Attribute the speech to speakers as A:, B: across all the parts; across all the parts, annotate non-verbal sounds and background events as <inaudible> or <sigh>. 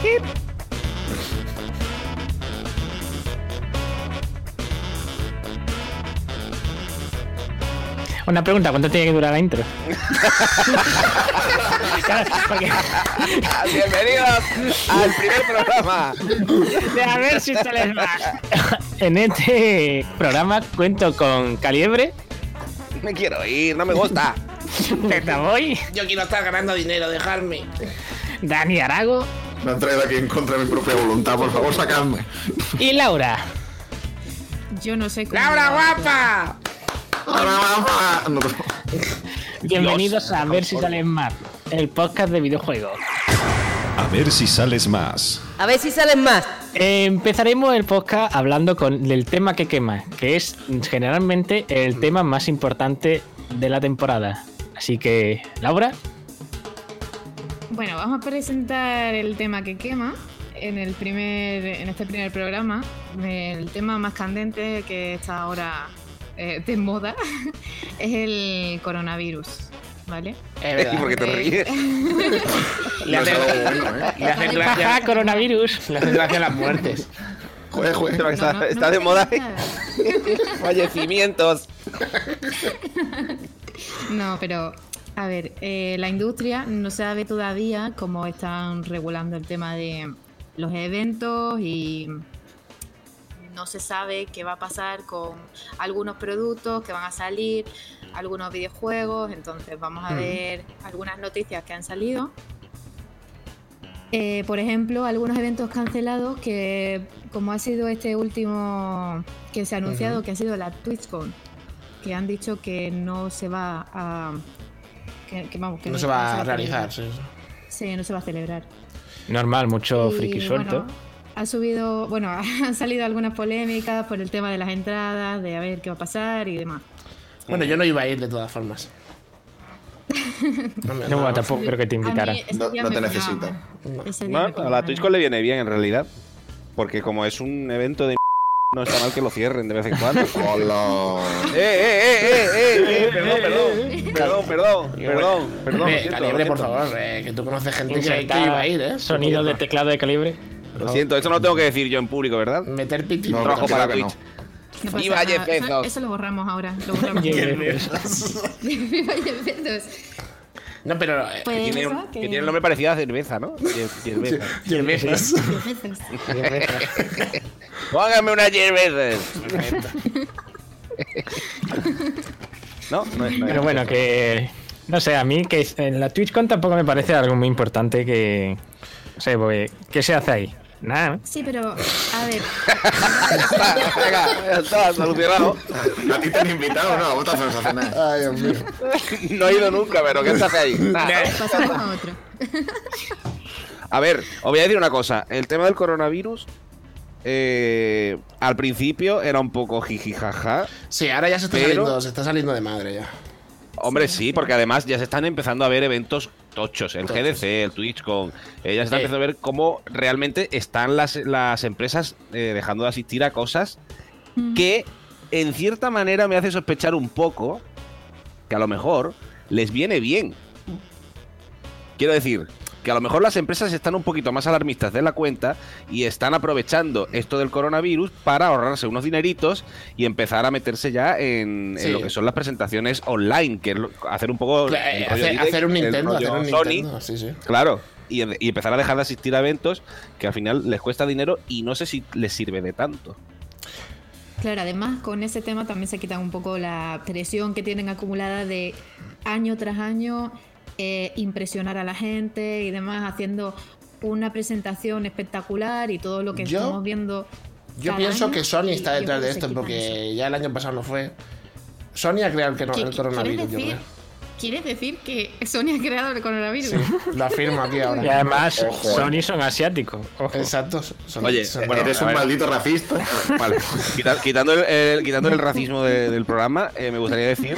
A: hip. Una pregunta, ¿cuánto tiene que durar la intro? Claro, <laughs> porque-
B: Ah, Bienvenidos al primer programa.
A: de a ver si se les va. En este programa cuento con Calibre,
B: Me quiero ir, no me gusta.
A: Tetaboy,
C: Yo quiero estar ganando dinero, dejarme.
A: Dani Arago
D: Me han traído aquí en contra de mi propia voluntad, por favor, sacadme.
A: y Laura.
E: Yo no sé cómo.
C: ¡Laura guapa!
D: Ahora vamos a- No, pero-
A: Bienvenidos a Ver si sales más, el podcast de videojuegos.
F: A ver si sales más.
G: A ver si salen más.
A: Empezaremos el podcast hablando con el tema que quema, que es generalmente el tema más importante de la temporada. Así que, Laura,
E: Bueno, vamos a presentar el tema que quema en el primer, en este primer programa, el tema más candente que está ahora eh, de moda <laughs> es el coronavirus, ¿vale?
C: Es
B: ¿Y por
C: verdad.
B: qué te ríes?
C: Eh. Le
D: No es
C: hacen
D: algo bueno, ¿eh?
C: le hacen
A: jaja, <laughs>
C: gracia,
A: coronavirus.
C: le hacen gracia las muertes.
D: Jue, jue.
B: Ah, Está,
E: No, no- no
B: está
E: me
B: de moda.
E: digas nada.
B: Fallecimientos.
E: No, pero a ver, eh, la industria no sabe todavía cómo están regulando el tema de los eventos y no se sabe qué va a pasar con algunos productos que van a salir, algunos videojuegos, entonces vamos a ver algunas noticias que han salido. Eh, por ejemplo, algunos eventos cancelados que, como ha sido este último que se ha anunciado, que ha sido la TwitchCon, que han dicho que no se va a... Que, que vamos, que
C: No se va a realizar.
E: celebrar.
C: sí.
E: Sí, no se va a celebrar.
A: Normal, mucho
E: Y,
A: friki suelto.
E: bueno, ha subido, bueno, <laughs> han salido algunas polémicas por el tema de las entradas, de a ver qué va a pasar y demás.
C: Bueno, yo no iba a ir de
B: <laughs>
C: todas formas. No, me-
A: no,
C: no,
A: tampoco creo que te
E: A mí
A: invitaran.
E: ese
D: No-
E: día
D: no
E: me
D: te
E: pegaba.
D: necesitan.
E: Ese día me
B: Bueno, a
E: pegaba,
B: la
E: ¿no?
B: Twitchcon le viene bien en realidad. Porque como es un evento de m- no está mal que lo cierren de vez en cuando. eh,
D: Hola.
B: eh, eh, eh, eh, eh, perdón, perdón. Perdón, perdón, perdón, perdón. lo
C: Eh,
B: siento,
C: calibre,
B: lo
C: por
B: siento.
C: favor, eh, que tú conoces gente que, que
A: Insertar
C: iba a ir, ¿eh?
A: Sonido de teclado de
C: <laughs>
A: calibre.
B: Lo siento, eso no lo tengo que decir yo en público, ¿verdad?
C: Meter piti.
D: No,
B: Trabajo
D: creo
B: para
D: que no.
B: Twitch.
E: No pasa
B: Viva
E: nada.
B: Jeff
E: Eso-
B: Bezos.
E: Eso lo borramos ahora.
A: <laughs>
E: Lo borramos. <laughs> Viva Jeff Bezos.
C: No, pero. eh,
B: Que
E: Pues
B: tiene,
E: eso,
B: un- que tiene el nombre parecido a cerveza,
D: <laughs>
B: ¿no? Yer- Yerbezas.
C: cervezas.
E: Jeff Bezos.
B: Póngame unas yerbezas.
D: <laughs>
B: no, no, no.
A: Pero bueno, que. No sé, a mí que en la TwitchCon tampoco me parece algo muy importante que. No sé, porque. ¿Qué se hace ahí? Nada, ¿no?
E: Sí, pero a
B: <laughs>
E: ver,
B: <laughs> Venga, ya está, solucionado.
D: ¿A ti te han invitado no? ¿Vos te haces a cenar? Ay, Dios mío.
B: No he ido nunca, pero ¿qué se hace
D: <laughs>
B: ahí? Nada.
E: pasamos a otro.
B: A ver, os voy a decir una cosa. El tema del coronavirus. eh, al principio era un poco jijijaja.
C: Sí, ahora ya se está,
B: Pero-
C: saliendo, se está saliendo de madre ya.
B: Hombre, sí, porque además ya se están empezando a ver eventos tochos. El
C: Tochos.
B: GDC, el TwitchCon. eh, ya se está
C: Eh.
B: empezando a ver cómo realmente están las, las empresas eh, dejando de asistir a cosas que, en cierta manera, me hace sospechar un poco que a lo mejor les viene bien. Quiero decir que a lo mejor las empresas están un poquito más alarmistas de la cuenta y están aprovechando esto del coronavirus para ahorrarse unos dineritos y empezar a meterse ya en, en
C: Sí.
B: lo que son las presentaciones online, que es lo- hacer un poco...
C: Cla- eh,
B: el Pues, rollo
C: hacer,
B: direct,
C: hacer un
B: el
C: Nintendo,
B: rollo
C: hacer un
B: Sony,
C: Nintendo. Sí, sí.
B: Claro. Y, y empezar a dejar de asistir a eventos que al final les cuesta dinero y no sé si les sirve de tanto.
E: Claro, además con ese tema también se quitan un poco la presión que tienen acumulada de año tras año eh, impresionar a la gente y demás haciendo una presentación espectacular y todo lo que
C: Yo-
E: estamos viendo.
C: Yo
E: cada
C: pienso
E: año,
C: que Sony
E: y
C: está
E: yo
C: detrás
E: creo
C: de
E: que se
C: esto
E: quitan
C: porque ya el año pasado no fue. Sony ha creado el,
E: eso.
C: coro- el
E: ¿Qué-
C: coronavirus,
E: ¿Quieres
C: yo
E: decir,
C: creo.
E: ¿Quieres decir que Sony ha creado el coronavirus?
C: Sí, lo afirmo
B: <laughs>
C: aquí
A: Y
C: ahora.
A: además,
D: Ojo, eh.
A: Sony son asiáticos. Ojo.
C: Exacto. son-
B: Oye,
C: son-
B: bueno,
D: Eres
B: a
D: un
B: ver.
D: maldito racista.
B: <laughs> Vale, quita- quitando, el, el- quitando el racismo de- del programa, eh, me gustaría decir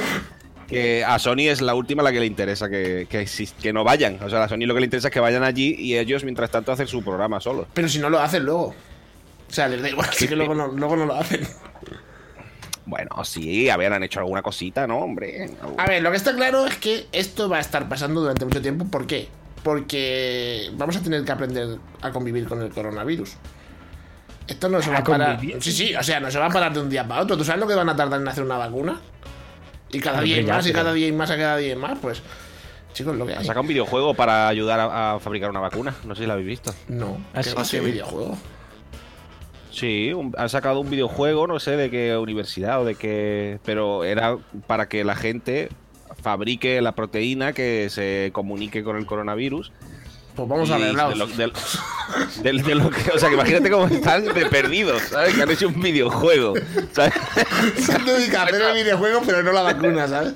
B: que a Sony es la última la que le interesa que, que, exis- que no vayan. O sea, a Sony lo que le interesa es que vayan allí y ellos, mientras tanto, hacen su programa solos.
C: Pero si no lo hacen luego. O sea, les da igual, así que luego no, luego no lo hacen.
B: Bueno, sí, a ver, han hecho alguna cosita, ¿no, hombre?
C: A ver, lo que está claro es que esto va a estar pasando durante mucho tiempo. ¿Por qué? porque vamos a tener que aprender a convivir con el coronavirus. Esto no se
A: ¿A
C: va a parar.
A: convivir?
C: Sí, sí, o sea, no se va a parar de un día para otro. ¿Tú sabes lo que van a tardar en hacer una vacuna? Y cada
A: Hombre,
C: día hay
A: ya,
C: más, y
A: pero-
C: cada día hay más, y cada día hay más, pues. Chicos, lo que
B: Ha
C: hay.
B: sacado un videojuego para ayudar a, a fabricar una vacuna. No sé si la habéis visto.
C: No,
A: Ah,
C: ¿qué
A: sí.
C: va a ser videojuego?
B: Sí, un- han sacado un videojuego, no sé de qué universidad o de qué. Pero era para que la gente fabrique la proteína que se comunique con el coronavirus.
C: Pues vamos a
B: Y
C: arreglaros.
B: de lo,
C: <laughs>
B: del- del- de lo que, O sea, que imagínate cómo están de perdidos, ¿sabes? Que han hecho un videojuego. ¿sabes?
C: Se han dedicado a hacer el videojuego, pero no la vacuna, ¿sabes?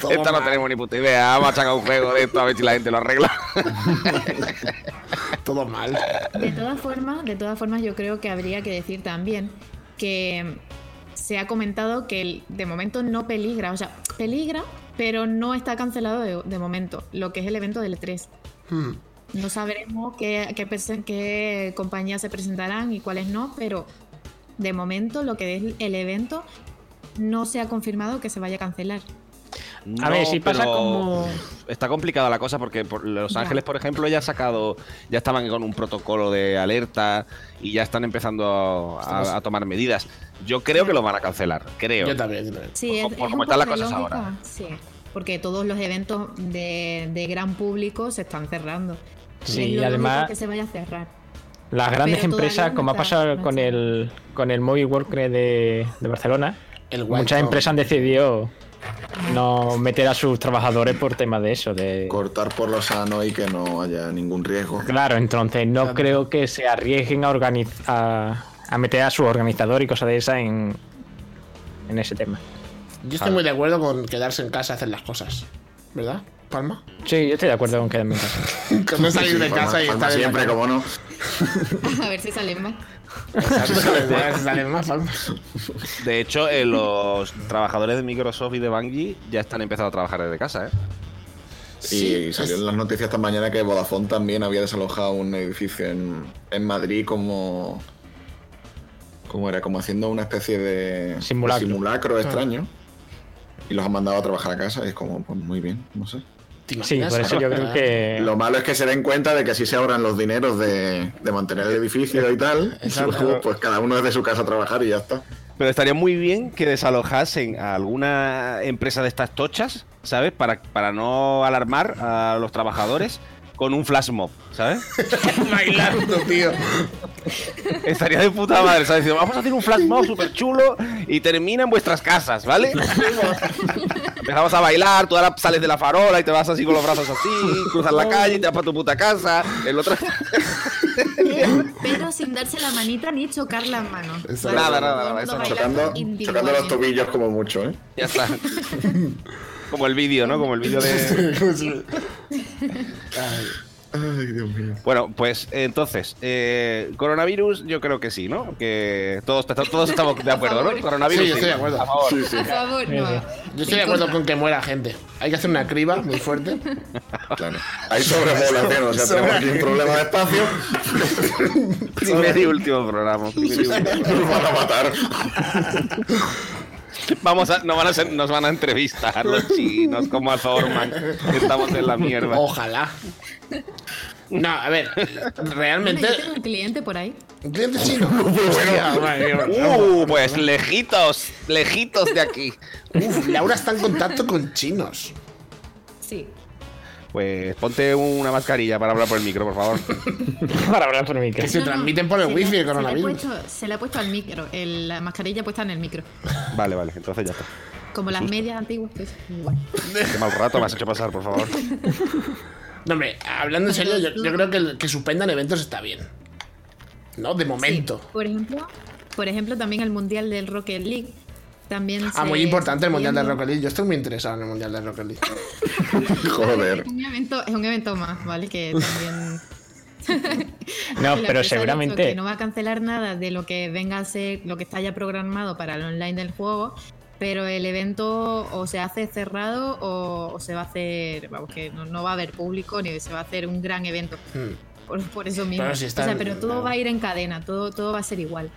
C: Todo
B: Esto no
C: mal,
B: tenemos ni puta idea. Vamos a sacar un juego de esto a ver si la gente lo arregla.
C: Todo mal.
E: De todas formas, de todas formas, yo creo que habría que decir también que se ha comentado que el- de momento no peligra, o sea, peligra, pero no está cancelado de, de momento, lo que es el evento del 3.
C: Hmm.
E: No sabremos qué, qué, perse- qué compañías se presentarán y cuáles no, pero de momento lo que es el evento no se ha confirmado que se vaya a cancelar.
A: A ver, si pasa
B: pero
A: como-
B: Está complicada la cosa porque por- Los
E: Ya.
B: Ángeles, por ejemplo, ya ha sacado. Ya estaban con un protocolo de alerta y ya están empezando a, a- a tomar medidas. Yo creo que lo van a cancelar, creo.
C: Yo también, yo también.
E: Sí,
B: Por-
E: es,
B: por
E: es
B: cómo
E: un
B: están las
E: poco de
B: cosas
E: lógica,
B: ahora.
E: Sí, porque todos los eventos de, de gran público se están cerrando.
A: Sí,
E: Es lo
A: y
E: lógico
A: además-
E: que se vaya a cerrar. <laughs>
A: Las grandes
E: Pero todavía
A: empresas,
E: no
A: como ha
E: está,
A: pasado
E: no
A: con
E: está.
A: el, con el Mobile World Congress de, de Barcelona,
C: El White
A: muchas
C: Town.
A: empresas han decidido no meter a sus trabajadores por tema de eso. De...
D: Cortar por lo sano y que no haya ningún riesgo.
A: Claro, entonces no creo que se arriesguen a, organiz- a, a meter a su organizador y cosas de esa en, en ese tema.
C: Yo estoy muy de acuerdo con quedarse en casa y hacer las cosas. ¿Verdad, Palma?
A: Sí, yo estoy de acuerdo con quedarme en casa.
C: Con no salir
D: Sí,
C: de
D: Palma-
C: casa y
D: Palma
C: estar en la
D: siempre,
C: calle.
D: como no.
E: a ver si salen
C: <laughs>
E: más.
C: Exacto, salen más, Palma.
B: De hecho, eh, los trabajadores de Microsoft y de Bungie ya están empezando a trabajar desde casa, ¿eh?
C: Sí,
D: y salió en las noticias esta mañana que Vodafone también había desalojado un edificio en, en Madrid como. como era? Como haciendo una especie de
A: Simulacro.
D: de simulacro extraño. Y los han mandado a trabajar a casa y es como, pues muy bien, no sé.
A: Sí,
C: ¿Te imaginas?
A: por eso yo creo
C: Eh.
A: que...
D: Lo malo es que se den cuenta de que así se ahorran los dineros de, de mantener el edificio y
C: <laughs>
D: tal. Y
C: Exacto.
D: luego, pues cada uno es de su casa a trabajar y ya está.
B: Pero estaría muy bien que desalojasen a alguna empresa de estas tochas, ¿sabes? Para, para no alarmar a los trabajadores con un flash mob, ¿sabes?
C: Bailando, tío.
B: Estaría de puta madre, ¿sabes? Diciendo, Vamos a hacer un flash mob súper chulo y termina en vuestras casas, ¿vale? Empezamos a bailar, tú ahora sales de la farola y te vas así con los brazos así, cruzas la calle y te vas para tu puta casa, el otro... <laughs>
E: Pero sin darse la manita ni chocar las manos.
D: Eso
E: ¿vale?
B: nada, nada,
E: Todo el
B: nada,
E: mundo
B: eso no.
E: bailando
D: Chocando, chocando los
E: individualmente.
D: tobillos como mucho, ¿eh?
B: ya está. Como el vídeo, ¿no? Como el vídeo de...
D: Ay, Dios mío.
B: Bueno, pues entonces, eh, coronavirus, yo creo que sí, ¿no? Que todos, todos estamos de acuerdo, ¿no? Coronavirus.
C: Sí, yo estoy de acuerdo.
B: A favor.
D: Sí, sí,
E: A favor, no.
C: Yo estoy de acuerdo con que muera gente. Hay que hacer una criba muy fuerte.
D: claro. Hay sobrepoblación, o <laughs> sea, tenemos aquí un problema de espacio,
B: Primer y último programa. primer y último.
D: nos van a matar.
B: Vamos a, nos, van a hacer- nos van a entrevistar los chinos como a Thorman. que Estamos en la mierda.
C: Ojalá. No, a ver,
E: Bueno,
C: realmente.
E: yo tengo un cliente por ahí.
C: Un cliente chino. Hostia, madre mía.
B: Uh, pues lejitos, lejitos de aquí.
C: Uf, Laura está en contacto con chinos.
E: Sí.
B: Pues ponte una mascarilla para hablar por el micro, por favor.
A: <laughs> Para hablar por mi
C: Que
A: casa.
C: se transmiten por el
E: se le-
C: wifi el
E: se le ha
C: coronavirus.
E: puesto- Se le ha puesto al micro, el- la mascarilla puesta en el micro.
B: Vale, vale, entonces ya está.
E: Como las medias antiguas, pues igual.
B: Qué mal rato me has hecho pasar, por favor.
C: No, hombre, hablando en serio, yo, yo creo que, el- que suspendan eventos está bien. ¿No? De momento.
E: Sí, Por ejemplo, por ejemplo, también el mundial del Rocket League. También
C: Ah,
E: se-
C: muy importante el
E: se
C: Mundial de
E: viene.
C: Rocket League. Yo estoy muy interesado en el Mundial de Rocket League.
D: <laughs> Joder.
E: Es un evento, es un evento más, ¿vale? Que también.
A: No,
E: la empresa ha
A: pero
E: dicho Que
A: seguramente...
E: no va a cancelar nada de lo que venga a ser, lo que está ya programado para el online del juego. Pero el evento o se hace cerrado o, o se va a hacer. Vamos, que no, no va a haber público ni se va a hacer un gran evento.
C: Hmm.
E: Por, por eso mismo.
C: Pero si está
E: o sea,
C: el-
E: pero todo va a ir en cadena, todo, todo va a ser igual.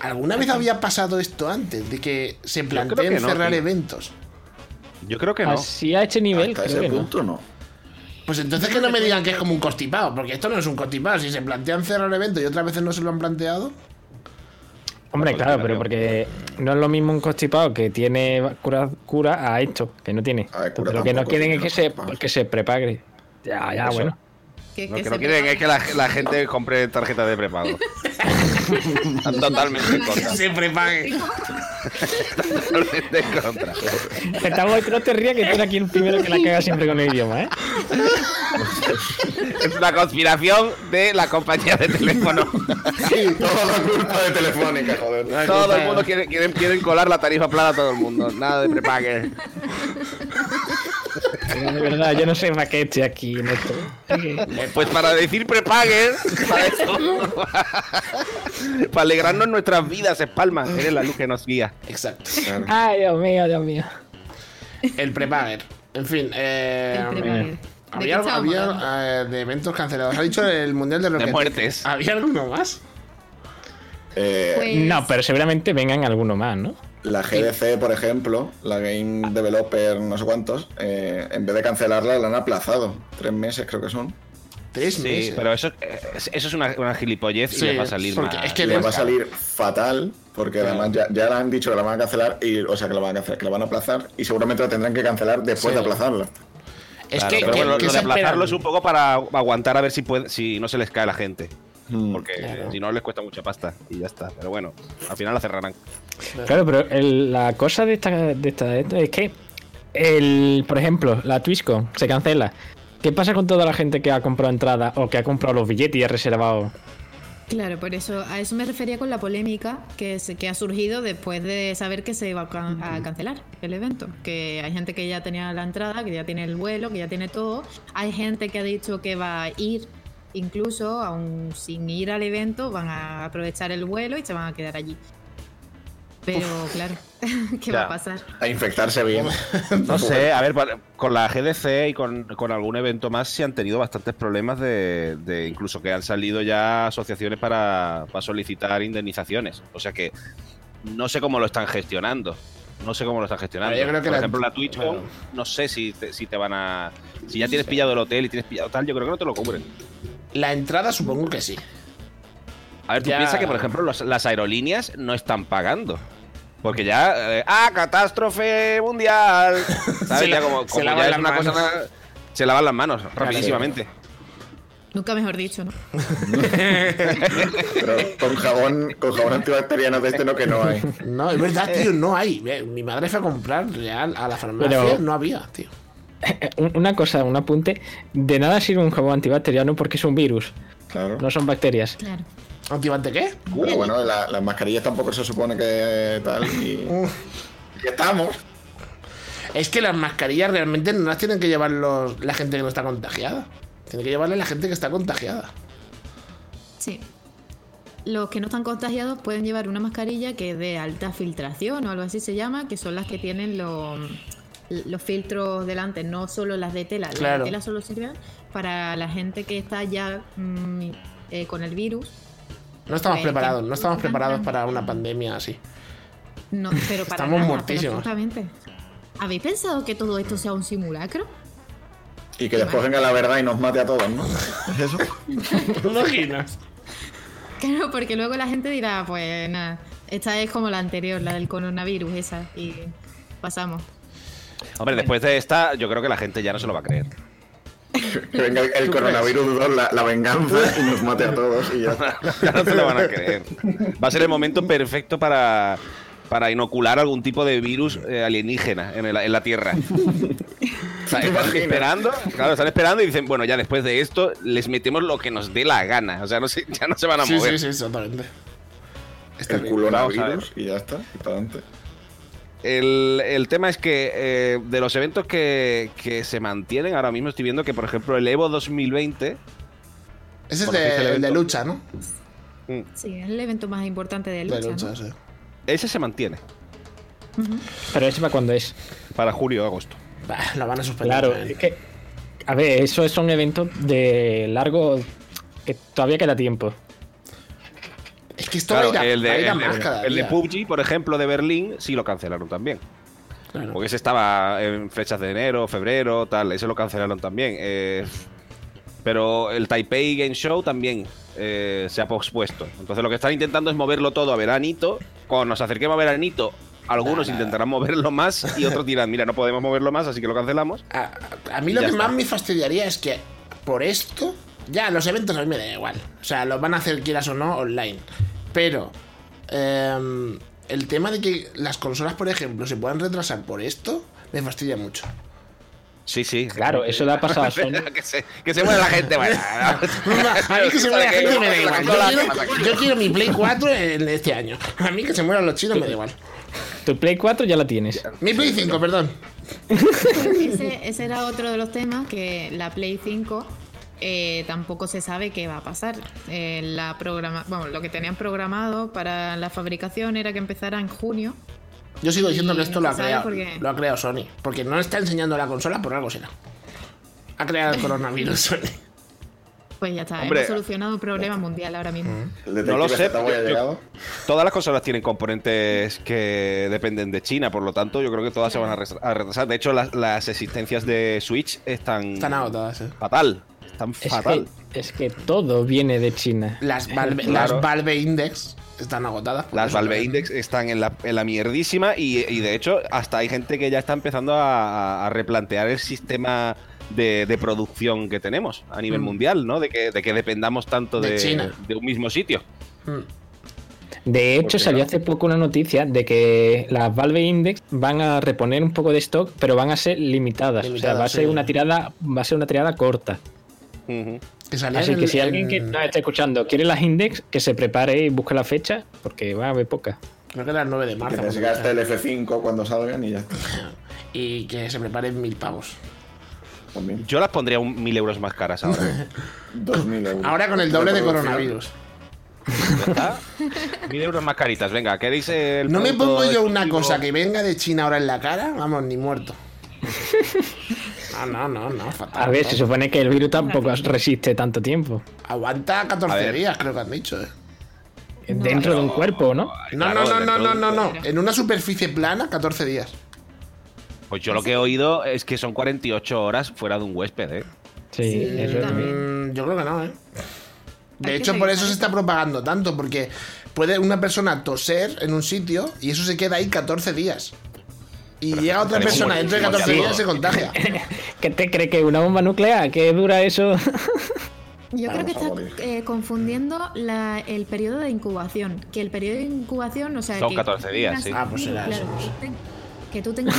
C: ¿Alguna vez había pasado esto antes? De que se
B: creo que
C: planteen
B: no,
C: cerrar
B: tío.
C: eventos.
B: Yo creo que no.
A: Así a este nivel,
D: Hasta
A: creo
D: ese
A: que no.
D: punto no.
C: Pues entonces que no me digan que es como un costipado, porque esto no es un costipado. Si se plantean cerrar eventos y otras veces no se lo
B: <laughs>
C: han planteado,
A: Hombre,
B: Porque
A: claro,
B: la
A: pero
B: veo.
A: porque no es lo mismo un constipado que tiene cura, cura a esto, que no tiene.
D: A ver, cura
A: Entonces, lo que no
D: tampoco
A: quieren es
D: tiene
A: que se,
D: constipado.
A: que se prepagre. Ya, ya,
B: Eso.
A: bueno.
E: Que,
B: Lo
E: que
B: que
E: se
B: no quieren
E: prepare.
B: es que la, la gente compre tarjeta de
E: <laughs>
B: prepago. Están totalmente en contra.
C: se prepague.
B: Totalmente en contra.
A: Estamos, no te rías que tú eres aquí el primero que la caga siempre con el idioma, ¿eh?
B: Es una conspiración de la compañía de teléfono.
D: Toda la culpa de Telefónica, joder.
B: Todo el mundo quiere, quieren, quieren colar la tarifa plana a todo el mundo. Nada de prepague.
A: De verdad, yo no sé para qué estoy aquí en esto.
C: Eh,
B: Pues para decir prepague, para, eso, para alegrarnos nuestras vidas, Espalma. Eres la luz que nos guía.
C: Exacto.
D: Claro.
A: Ay, Dios mío, Dios mío.
C: El prepager. En fin, eh,
E: El prepager. ¿De qué
C: había,
E: estábamos
C: había,
E: hablando?
C: eh, de eventos cancelados. Ha dicho el mundial de Rocket League.
B: muertes.
C: ¿Había alguno más?
D: Eh,
E: Pues-
A: No, pero seguramente vengan alguno más, ¿no?
D: La GDC, por ejemplo, la Game Developer, no sé cuántos, eh, en vez de cancelarla, la han aplazado. Tres meses, creo que son.
C: Tres
B: Sí,
C: meses.
B: pero eso, eh, eso es una, una gilipollez
C: Sí,
B: y le va a salir
C: porque
B: mal.
C: es que
D: le
C: ves-
D: va a salir fatal, porque además ya, ya la han dicho que la van a cancelar, y, o sea, que la van a cancelar, que la van a aplazar, y seguramente la tendrán que cancelar después
C: Sí.
D: de aplazarla.
C: es
B: Claro,
C: que,
B: pero
C: que-
B: bueno,
C: que
B: lo
C: se
B: de
C: esperan.
B: aplazarlo es un poco para aguantar a ver si puede, si no se les cae la gente. Porque
C: Claro.
B: eh, si no les cuesta mucha pasta y ya está. Pero bueno, al final la cerrarán.
A: Claro, pero el- la cosa de esta, de esta de esto es que, el, por ejemplo, la TwitchCon se cancela. ¿Qué pasa con toda la gente que ha comprado entrada o que ha comprado los billetes y ha reservado? <laughs>
E: Claro, por eso, a eso me refería con la polémica que, se- que ha surgido después de saber que se iba a, can- a cancelar el evento. Que hay gente que ya tenía la entrada, que ya tiene el vuelo, que ya tiene todo. Hay gente que ha dicho que va a ir, incluso aún sin ir al evento, van a aprovechar el vuelo y se van a quedar allí. Pero claro, <laughs> ¿qué va
B: Ya.
E: a pasar?
D: A infectarse bien.
B: No sé, a ver, para- con la GDC y con, con algún evento más se han tenido bastantes problemas de, de incluso que han salido ya asociaciones para, para solicitar indemnizaciones. O sea que no sé cómo lo están gestionando. No sé cómo lo están gestionando.
C: Pero yo creo que
B: Por
C: la-
B: ejemplo, la Twitch,
C: claro.
B: no sé si te, si te van a. Si ya tienes pillado el hotel y tienes pillado tal, yo creo que no te lo cubren.
C: La entrada supongo que sí.
B: A ver, tú
C: Ya.
B: piensas que, por ejemplo, los- las aerolíneas no están pagando. Porque ya. eh, ¡Ah, catástrofe
C: <laughs>
B: mundial! ¿Sabes?
C: Se
B: ya
C: la-
B: como,
C: se
B: como
C: lavan
B: ya es
C: las
B: una
C: manos.
B: cosa. Se lavan las manos rapidísimamente.
E: Nunca mejor dicho, ¿no?
D: <laughs> Pero con jabón, con jabón antibacteriano de este no que no
A: <laughs>
D: hay.
C: No, es verdad, tío, no hay. Eh, Mi madre fue a comprar real a la farmacia,
A: Pero-
C: no había, tío.
A: Eh, un- Una cosa, un apunte. De nada sirve un jabón antibacteriano porque es un virus,
D: Claro.
A: no son bacterias.
E: Claro.
C: ¿Antivante qué?
D: Pero Uh, bueno, la- las mascarillas tampoco se supone que eh, tal. <laughs> Y, y estamos.
C: Es que las mascarillas realmente no las tienen que llevar los, la gente que no está contagiada. Tiene que llevarle la gente que está contagiada.
E: Sí. Los que no están contagiados pueden llevar una mascarilla que es de alta filtración o algo así se llama, que son las que tienen lo- los filtros delante, no solo las de tela. Las
C: Claro.
E: de tela solo sirven para la gente que está ya mm, eh, con el virus.
C: No estamos
E: Pues,
C: preparados, no
E: tampoco
C: estamos
E: tan
C: preparados
E: grande.
C: para una
E: <laughs>
C: pandemia así.
E: No, pero para
C: Estamos
E: nada, pero
C: muertísimos.
E: absolutamente. ¿Habéis pensado que todo esto sea un simulacro? <laughs>
D: Y que después venga la verdad y nos mate a todos, ¿no? Eso.
C: ¿Te imaginas?
E: Claro, porque luego la gente dirá, pues nada, esta es como la anterior, la del coronavirus, esa, y pasamos.
B: Hombre, después de esta, yo creo que la gente ya no se lo va a creer. <laughs>
D: Que venga el, el coronavirus, la, la venganza y nos mate a todos y <laughs> ya.
B: Ya no se lo van a creer. Va a ser el momento perfecto para, para inocular algún tipo de virus eh, alienígena en, el- en la Tierra. O sea, están
D: imaginas?
B: esperando, claro, están esperando y dicen, bueno, ya después de esto les metemos lo que nos dé la gana. O sea, no se- ya no se van a
C: Sí,
B: mover.
C: sí, sí, exactamente. Es
D: El
C: terrible.
D: culonavirus y ya está. Y para adelante.
B: El, el tema es que eh, de los eventos que, que se mantienen, ahora mismo estoy viendo que, por ejemplo, el Evo 2020
C: Ese es
B: Bueno,
C: de-
B: sí, el
C: el de
B: evento.
C: lucha, ¿no?
E: Sí, es el evento más importante de lucha.
C: De lucha,
E: ¿no?
C: sí.
B: Ese se mantiene
A: Pero eso para cuando es.
B: para julio o agosto.
C: Bah, lo van a suspender. ¿eh?
A: Claro,
C: también.
A: es que. A ver, esos son eventos de largo. que todavía queda tiempo.
C: Es que esto
B: Claro,
C: va a ir a,
B: el, de,
C: va a ir a
B: el de-
C: más cada
B: el de
C: día.
B: PUBG, por ejemplo, de Berlín, sí lo cancelaron también.
C: Claro.
B: Porque ese estaba en fechas de enero, febrero, tal. Ese lo cancelaron también. eh, pero el Taipei Game Show también eh, se ha pospuesto. Entonces lo que están intentando es moverlo todo a veranito. Cuando nos acerquemos a veranito, algunos intentarán moverlo más y otros dirán, mira, no podemos moverlo más, así que lo cancelamos.
C: A, a mí lo
B: Ya
C: que
B: está.
C: más me fastidiaría es que por esto, ya los eventos a mí me da igual. O sea, los van a hacer quieras o no online. Pero em, el tema de que las consolas, por ejemplo, se puedan retrasar por esto, me fastidia mucho. <laughs>
B: Sí, sí.
A: Claro, eso le ha pasado a Sony.
B: <laughs> que, se, que se muera la gente. Bueno,
C: <laughs> A mí que se
B: <laughs>
C: muera la gente me da igual. Yo
B: Consola,
C: quiero, yo quiero mi Play 4 en este año. A mí que se mueran los chinos me da igual.
A: Tu Play 4 ya la tienes.
C: Mi Play 5, perdón.
E: <laughs> Ese, ese era otro de los temas que la Play 5 eh, tampoco se sabe qué va a pasar. Eh, la programa bueno, lo que tenían programado para la fabricación era que empezara en junio.
C: Yo sigo
E: Y
C: diciendo que esto
E: no
C: lo ha
E: se sabe
C: creado.
E: por qué.
C: Lo ha creado Sony. Porque no está enseñando la consola, por algo será. Ha creado el coronavirus <laughs> Sony.
E: Pues ya está,
B: Hombre,
E: hemos solucionado un problema mundial ahora mismo.
D: El
B: No lo
D: detective
B: sé,
D: Z muy
B: yo-
D: ha
B: yo-
D: llegado.
B: Todas las consolas tienen componentes que dependen de China, por lo tanto, yo creo que todas se van a res- a retrasar. De hecho, las, las existencias de Switch están,
C: Están agotadas, eh.
B: fatal. Están
A: Es
B: fatal.
A: que, es que todo viene de China.
B: <laughs>
C: Las Valve,
B: Claro.
C: las Valve Index están agotadas. por
B: Las
C: eso
B: Valve
C: también.
B: Index están en la, en la mierdísima y, y, de hecho hasta hay gente que ya está empezando a, a- a replantear el sistema de, de producción que tenemos a nivel
C: Mm.
B: mundial, ¿no? De que, de que dependamos tanto
C: De
B: de,
C: China.
B: de un mismo sitio.
C: Mm.
A: De
B: Porque
A: hecho, salió
B: no.
A: hace poco una noticia de que las Valve Index van a reponer un poco de stock, pero van a ser limitadas. o
C: Limitadas,
A: sea, va a
C: sí.
A: ser una tirada, va a ser una tirada corta.
B: Ujú.
C: Que salían
A: Así que
C: en-
A: si alguien que
C: en-
A: nos está escuchando quiere las index, que se prepare y busque la fecha, porque va a haber pocas.
C: Creo que era el 9 de marzo.
D: Que
C: por
D: te este gaste
C: ejemplo.
D: el F5 cuando salgan y ya está.
C: Y que se preparen mil pavos.
D: También.
B: Yo las pondría un mil euros más caras
C: <laughs>
B: ahora.
D: 2.000 euros.
C: Ahora con el doble de
D: producción.
C: coronavirus.
B: ¿Ya está? Ah, Mil euros más caritas, venga, ¿queréis el
C: No me
B: producto
C: pongo yo una
B: exclusivo?
C: cosa que venga de China ahora en la cara, vamos,
B: <laughs>
C: ni muerto. Ah, no, no, no, fatal.
A: A ver,
C: ¿no?
A: se supone que el virus tampoco resiste tanto tiempo.
C: Aguanta
B: A
C: 14
B: ver.
C: días, creo que han dicho, eh.
A: Dentro de un cuerpo, ¿no?
C: No,
B: Claro,
C: no, no, no,
B: dentro
C: no,
B: de-
C: no, no. En una superficie plana, 14 días.
B: Pues yo lo que he oído es que son 48 horas fuera de un huésped, ¿eh?
A: Sí,
E: Sí,
A: eso es.
E: también.
C: Mm, yo creo que no, ¿eh? De
E: Hay que
C: hecho, por
E: revisar
C: eso se
E: eso.
C: está propagando tanto, porque puede una persona toser en un sitio y eso se queda ahí 14 días. Y llega otra
B: estaremos
C: persona dentro de
B: muertos,
C: 14 días y se
B: muertos.
C: contagia.
A: ¿Qué te crees que una bomba nuclear? ¿Qué dura eso?
E: Yo creo
D: Vamos
E: que
D: a morir.
E: estás eh, confundiendo la- el periodo de incubación. Que el periodo de incubación, o sea.
B: Son
E: que
B: 14 días,
E: tengas-
B: sí.
C: Ah, pues será eso.
E: que te- Que tú tengas.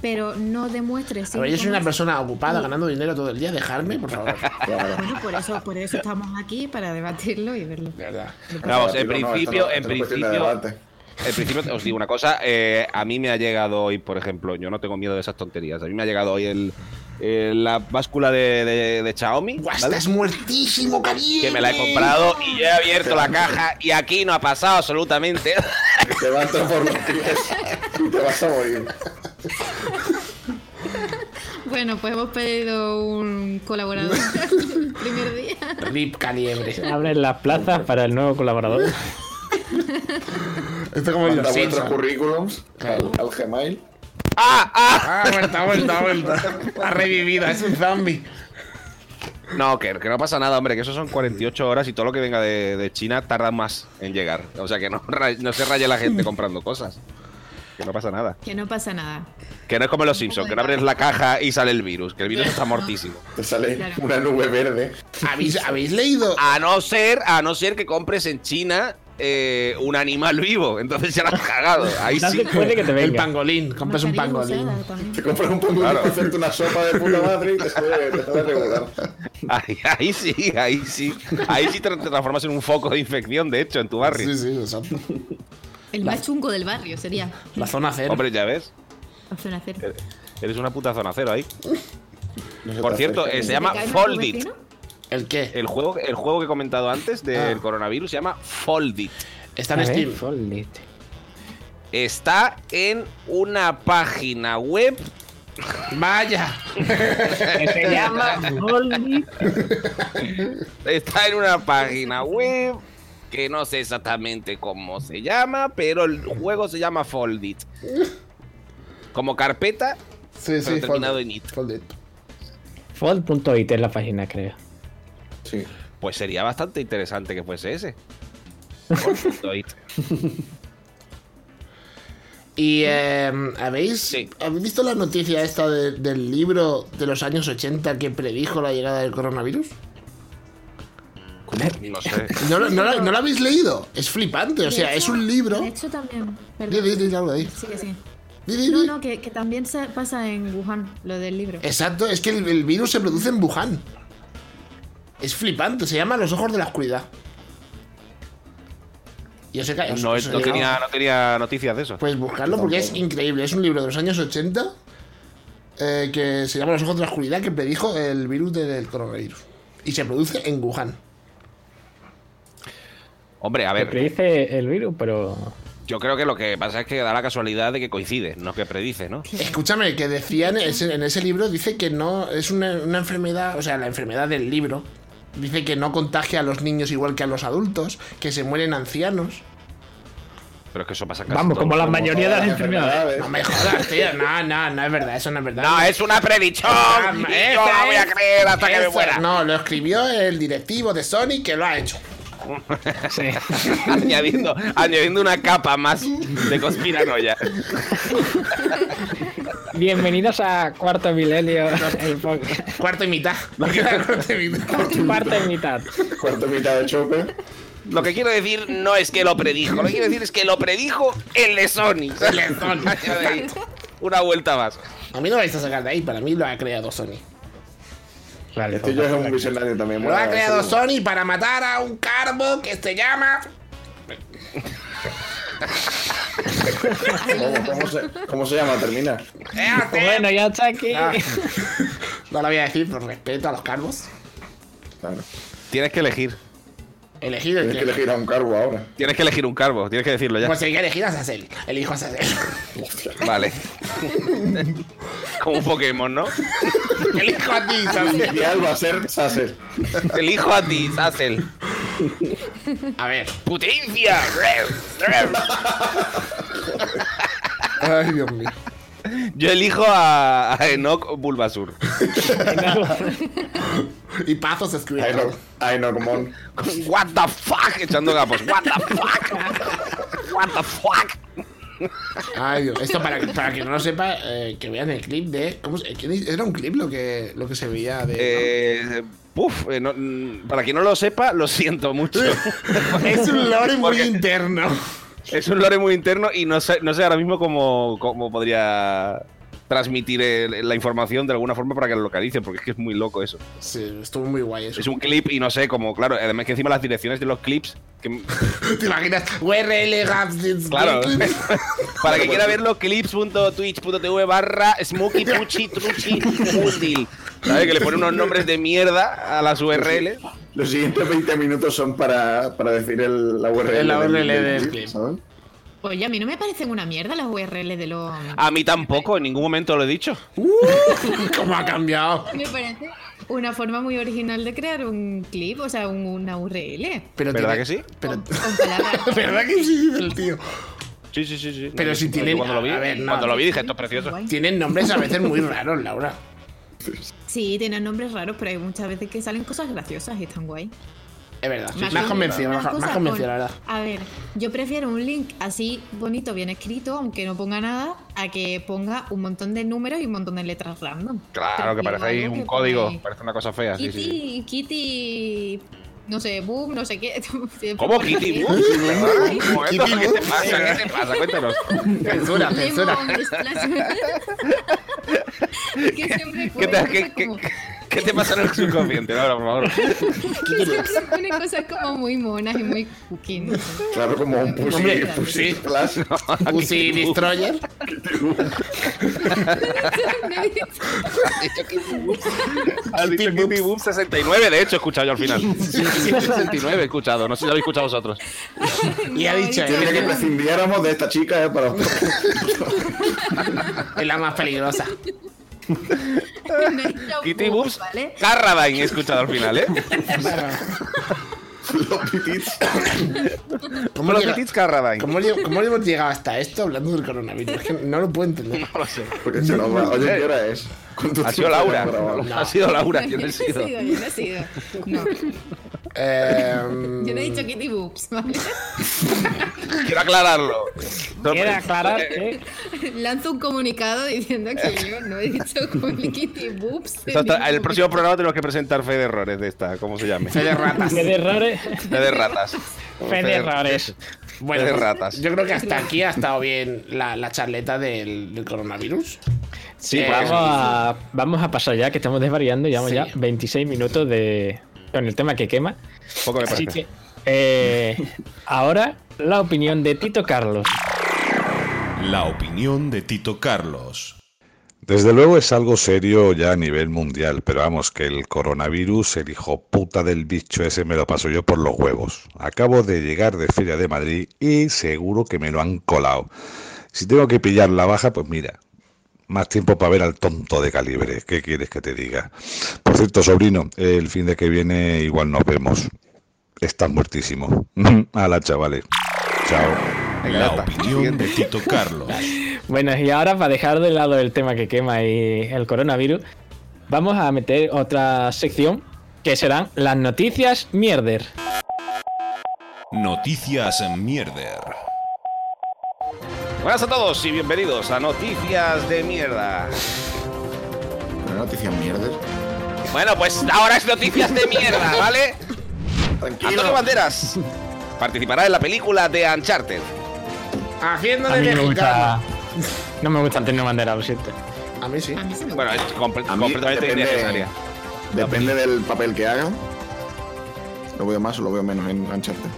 E: pero no demuestres.
C: A ver, yo soy una
E: síntomas.
C: persona ocupada ganando dinero todo el día, dejarme, por favor.
D: Claro.
E: Bueno, por eso, por eso estamos aquí, para debatirlo y verlo.
C: <laughs> De verdad.
B: Vamos, en
D: Digo, no, esto
B: principio,
D: no-
B: en
D: esto no es cuestión de
B: principio,
D: debate.
B: en principio os digo una cosa, eh, a mí me ha llegado hoy, por ejemplo, yo no tengo miedo de esas tonterías, a mí me ha llegado hoy el, eh, la báscula de, de- de Xiaomi,
C: Buah,
B: ¿vale?
C: estás muertísimo, cariño.
B: que me la he comprado y ya he abierto la caja y aquí no ha pasado absolutamente. <laughs>
D: Te vas a por los pies. Te vas a morir.
E: Bueno, pues hemos pedido un
C: <laughs>
E: colaborador el primer día.
C: Rip Caliebre.
A: Abren las plazas para el nuevo colaborador.
C: Esto como en
D: Manda
C: los
D: vuestros
C: Simpsons.
D: currículums al, al Gmail.
B: ¡Ah! ¡Ah!
C: Ah, vuelta, vuelta, vuelta. Ha revivido, es un zombie.
B: No, que, que no pasa nada, hombre, que eso son 48 horas y todo lo que venga de, de China tarda más en llegar. O sea, que no, <laughs> ra- no se raye la gente comprando cosas. Que no pasa nada.
E: Que no pasa nada.
B: Que no es como los Simpsons, que no abres la caja y sale el virus, que el virus está mortísimo.
D: Te sale
E: Claro.
D: una nube verde.
C: ¿Habéis, ¿Habéis leído?
B: A no ser, a no ser que compres en China eh, un animal vivo, entonces ya la has cagado. Ahí sí.
A: Entonces puede que te
C: El
A: venga.
C: pangolín, compras un
E: Mascarilla
C: pangolín.
E: usada también.
D: <laughs> Te compras un poco
B: Claro.
D: de hacerte una sopa de puta madre y te sale, te sale regular.
B: <laughs> Ahí, ahí sí, ahí sí. Ahí sí te te transformas en un foco de infección, de hecho, en tu barrio.
C: Sí, sí, exacto.
E: El más chungo del barrio sería.
C: La zona cero.
B: Hombre, ya ves.
E: Zona cero.
B: Eres una puta zona cero ahí.
D: No se
B: Por
D: te
B: cierto,
D: acerca.
B: eh, se
E: ¿Te
B: llama
E: cae mal tu
B: Fold It.
E: vecino?
C: ¿El qué?
B: El juego, el juego que he comentado antes del
C: Ah.
B: coronavirus se llama Fold It.
C: Está en
A: A ver,
C: Steam.
A: Fold it.
B: Está en una página web.
C: Vaya.
A: Que se llama Fold it.
B: Está en una página web que no sé exactamente cómo se llama, pero el juego se llama Fold It. Como carpeta,
C: Sí,
B: Pero
C: sí,
B: terminado
C: fold-
B: en it.
C: fold it.
A: Fold.it es la página, creo.
D: Sí.
B: pues sería bastante interesante que fuese ese.
C: Y eh, ¿habéis,
B: Sí.
C: ¿habéis visto la noticia esta de- del libro de los años 80 que predijo la llegada del coronavirus?
B: no sé.
C: ¿No, lo- no, la- no lo habéis leído? Es flipante, o sea,
E: De
C: es
E: hecho-
C: un libro.
E: De hecho, también.
C: Di, di, di, algo ahí.
E: Sí, que sí.
C: Di, di,
E: No,
C: di.
E: no, que, que también se pasa en Wuhan, lo del libro.
C: Exacto, es que el, el virus se produce en Wuhan. Es flipante, se llama Los Ojos de la Oscuridad. Yo sé que os-
B: No,
C: os he
B: no
C: llegado.
B: tenía, no tenía noticias de eso.
C: Pues buscarlo porque es increíble. Es un libro de los años 80 eh, que se llama Los ojos de la oscuridad que predijo el virus del coronavirus. Y se produce en Wuhan.
B: Hombre, a
A: Que
B: ver,
A: predice el virus, pero.
B: yo creo que lo que pasa es que da la casualidad de que coincide, no que predice, ¿no?
C: Escúchame, que decían ese- en ese libro, dice que no es una, una enfermedad, o sea, la enfermedad del libro, dice que no contagia a los niños igual que a los adultos, que se mueren ancianos.
B: Pero es que eso pasa casi
A: Vamos,
B: todo.
A: como la mayoría de
D: todas
A: las
D: las
A: enfermedades.
D: enfermedades.
C: No me
B: <laughs>
C: jodas, tío, no, no, no es verdad, eso no es verdad.
B: No, es una predicción.
C: Ah,
B: y
C: esa
B: yo la voy a
C: es-
B: creer hasta que me
C: Eso-
B: muera.
C: No, lo escribió el directivo de Sony que lo ha hecho.
A: Sí.
B: <laughs> añadiendo, añadiendo una capa más de conspiranoia.
A: Bienvenidos a Cuarto Milenio, el podcast.
C: Cuarto y mitad. <laughs> Cuarto y mitad.
A: Cuarta y mitad.
D: Cuarto mitad de chope.
B: Lo que quiero decir no es que lo predijo, lo que quiero decir es que lo predijo el de Sony.
C: El de
B: <laughs>
C: Sony.
B: Añade ahí Una vuelta más.
C: A mí no me vais a sacar de ahí, para mí lo ha creado Sony.
A: Vale,
D: Este yo es un visionario también.
C: Lo ha
D: bueno,
C: creado
D: Ah, sí.
C: Sony para matar a un carbo que se llama.
D: ¿Cómo, cómo se, cómo se llama? Termina.
C: Este.
A: Bueno, ya está aquí.
C: Ah, no lo voy a decir por respeto a los carvos.
D: Claro.
B: Tienes que elegir.
C: He elegido el
D: Tienes que
C: que.
D: elegir a un cargo ahora.
B: Tienes que elegir un carbo, tienes que decirlo ya.
C: Pues hay que elegir a Sassel. Elijo a Sassel.
B: Vale. Como un Pokémon, ¿no?
C: <laughs> Elijo a ti, Sassel.
D: Y va a ser Sasser.
B: Elijo a ti, Sassel.
C: A ver.
B: ¡Putencia! ¡Rev! ¡Rev!
C: Ay, Dios mío.
B: <laughs> Yo elijo a, a Enoch Bulbasur.
C: Y Pazos escribe.
D: Ay, no, como
B: What the fuck? Echando gapos. What the fuck? What the fuck?
C: Ay, Dios. Esto para, para que no lo sepa, eh, que vean el clip de. ¿cómo se- ¿quién es? Era un clip lo que, lo que se veía de.
B: Eh, puf, eh, no, mm, para quien no lo sepa, lo siento mucho.
C: Es un lore muy
B: Porque
C: interno.
B: Es un lore muy interno y no sé, no sé ahora mismo cómo, cómo podría transmitir el- la información de alguna forma para que lo localicen, porque es que es muy loco eso.
C: Sí, estuvo muy guay eso.
B: Es un clip y no sé cómo, claro, además que encima las direcciones de los clips, que,
C: ¿Te imaginas? URL Gaps-
B: claro, <laughs> para que quiera verlo, clips.twitch.tv barra smoky puchi truchi fundil. ¿Sabes? Que le pone unos nombres de mierda a las URLs.
D: Los siguientes 20 minutos son para, para decir el, la URL.
C: El URL
D: del-
C: del
D: del-
C: clip.
D: ¿sabes?
E: Oye, a mí no me parecen una mierda las URL de los.
C: Ah.
B: A mí tampoco, en ningún momento lo he dicho.
C: Uh, ¿Cómo ha cambiado?
E: Me parece una forma muy original de crear un clip, o sea, un, una URL.
C: Pero
B: ¿Verdad
C: tiene-
B: que sí?
C: Pero, <laughs>
E: Con palabras.
C: ¿Verdad que sí? El tío.
B: Sí, sí, sí. sí.
C: Pero si
B: Yo
C: tienen-
B: Cuando lo vi,
C: a ver, no.
B: cuando lo vi dije, esto es precioso.
C: Tienen nombres a veces muy raros, Laura.
E: Sí, tienen nombres raros, pero hay muchas veces que salen cosas graciosas y están guay.
C: Es verdad.
E: Me
C: me has
E: acuerdo de
C: convencido, me
E: una
C: has- me has
E: cosa
C: convencido, la
E: con-
C: verdad.
E: A ver, yo prefiero un link así bonito, bien escrito, aunque no ponga nada, a que ponga un montón de números y un montón de letras random.
B: Claro, que
E: Prefiero
B: parece ahí
E: algo que
B: un código,
E: pone
B: parece una cosa fea. Sí,
E: Kitty,
B: sí, sí.
E: Kitty, no sé, boom, no sé qué. <laughs> Siempre
B: ¿Cómo
E: pone
B: Kitty
E: ahí.
B: Boom? Perdona, un momento,
C: Kitty
B: ¿Qué te
C: Boom.
B: pasa? ¿Qué te pasa? Cuéntanos.
C: Censura, censura.
E: Lemon,
B: <laughs>
E: <laughs> splash. que siempre
B: ¿Qué
E: pone
B: te,
E: cosas
B: qué- qué-
E: como-
B: qué te pasa en el subconsciente? Laura, por favor.
E: que siempre pone cosas como muy monas y muy cookie. <laughs> no sé.
D: Claro, como un pussy.
E: Hombre,
D: pussy class.
E: <laughs>
C: Pussy Destroyer.
B: Has dicho
C: Kitty
B: Kitty Boom 69, de hecho, he escuchado yo al final. 69 he escuchado, no sé si lo habéis escuchado vosotros.
C: Y ha
E: No,
C: dicho,
E: he
D: Yo diría que prescindiéramos de esta chica, ¿eh? Para
C: Es la más peligrosa.
E: no he dicho
B: Kitty
E: boom,
B: Boobs
E: ¿vale?
B: Carradine he escuchado al final, ¿eh?
D: Los pitits.
C: ¿Cómo,
B: Los
C: llega-
B: Petits Carradine.
C: cómo lle- cómo hemos llegado hasta esto hablando del coronavirus? Es que no lo puedo entender.
B: No lo sé.
D: Porque se
C: <laughs>
D: nos va. Oye, ¿qué hora es? ¿Con tu
B: Ha sido
D: tiempo
B: Laura.
D: que hemos grabado?
B: Ha sido Laura
E: yo
B: quien
E: no
B: ha
E: he
B: sido.
E: sido, yo no he sido. No,
C: Eh,
E: yo no he dicho Kitty Boops, ¿vale? <laughs>
B: Quiero aclararlo. eh,
A: Quiero aclarar que
E: Lanzo un comunicado diciendo que yo no he dicho Kitty Boops.
B: Eso está- el próximo programa tenemos que presentar fe de errores de esta, ¿cómo se llame?
C: fe de ratas.
A: fe de errores,
B: Fe de ratas.
A: fe de errores.
C: Bueno,
B: fe de
C: pues,
B: ratas.
C: Yo creo que hasta aquí ha estado bien la, la charleta del, del coronavirus.
A: Sí,
C: Eh,
A: vamos,
C: sí.
A: a, vamos a pasar ya, que estamos desvariando. Llevamos
C: Sí.
A: ya 26 minutos de con el tema que quema.
B: Poco me
A: Así
B: parece.
A: que eh, <laughs> ahora la opinión de Tito Carlos.
F: La opinión de Tito Carlos.
G: Desde luego es algo serio ya a nivel mundial, pero vamos, que el coronavirus, el hijo puta del bicho ese, me lo paso yo por los huevos. Acabo de llegar de Feria de Madrid y seguro que me lo han colado. Si tengo que pillar la baja, pues mira, más tiempo para ver al tonto de calibre. ¿Qué quieres que te diga? Por cierto, sobrino, el fin de que viene igual nos vemos. Estás muertísimo. <laughs> Hala, chavales. Chao.
B: Venga,
F: La
B: ya está.
F: opinión de Tito Carlos.
A: Bueno, y ahora para dejar de lado el tema que quema y el coronavirus, vamos a meter otra sección que serán las noticias mierder.
F: Noticias Mierder.
B: Buenas a todos y bienvenidos a Noticias de Mierda.
D: Pero noticias mierdas.
B: Bueno, pues ahora es Noticias de Mierda, ¿vale? Antonio
D: Tranquilo.
B: Banderas participará en la película de Uncharted.
C: Haciéndole
A: A mí no me gusta.
C: mexicano.
A: No me gusta Antonio Bandera, lo siento.
C: A mí sí.
E: A mí se me
B: Bueno, es comple-
D: A mí
B: completamente
D: depende-
B: innecesaria.
D: Depende del papel que haga. Lo veo más o lo veo menos en Uncharted.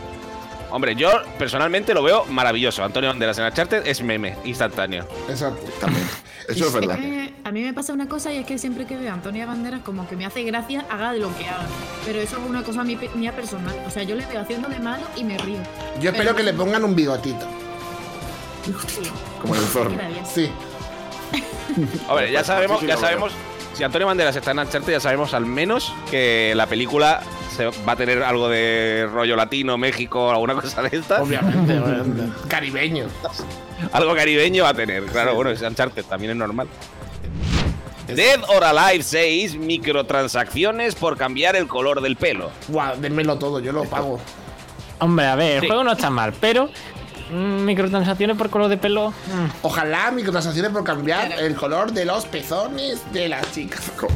B: Hombre, yo personalmente lo veo maravilloso. Antonio Banderas en Uncharted es meme instantáneo.
C: Exacto.
D: También.
C: <laughs>
D: Eso es verdad.
E: Eh, a mí me pasa una cosa y es que siempre que veo a Antonia Banderas como que me hace gracia, haga de lo que haga. Pero eso es una cosa mía, pe- mía personal. O sea, yo le veo haciendo de malo y me río.
C: Yo espero que le pongan un bigotito.
E: Sí,
D: Como en el
E: qué
D: zorro.
E: rabia.
C: Sí.
B: Hombre, ya sabemos,
D: Pues sí
B: ya
D: lo veo.
B: sabemos. Si Antonio Banderas está en Uncharted, ya sabemos al menos que la película se va a tener algo de rollo latino, México, alguna cosa de esta.
C: <laughs> Obviamente, obviamente. Caribeño.
B: Algo caribeño va a tener. Claro, bueno, es Uncharted, también es normal. Dead or Alive 6, microtransacciones por cambiar el color del pelo.
C: Guau, démelo todo, yo lo pago.
A: Hombre, a ver, el
B: Sí.
A: juego no está mal, pero mm, microtransacciones por color de pelo. mm,
C: Ojalá microtransacciones por cambiar el color de los pezones de las chicas.
D: Co-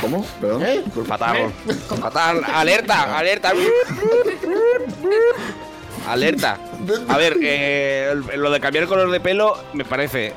D: ¿Cómo? ¿Perdón?
C: ¿Eh?
D: Disculpa.
B: Fatal. <laughs> Fatal. Alerta, alerta. alerta. A ver, eh, lo de cambiar el color de pelo me parece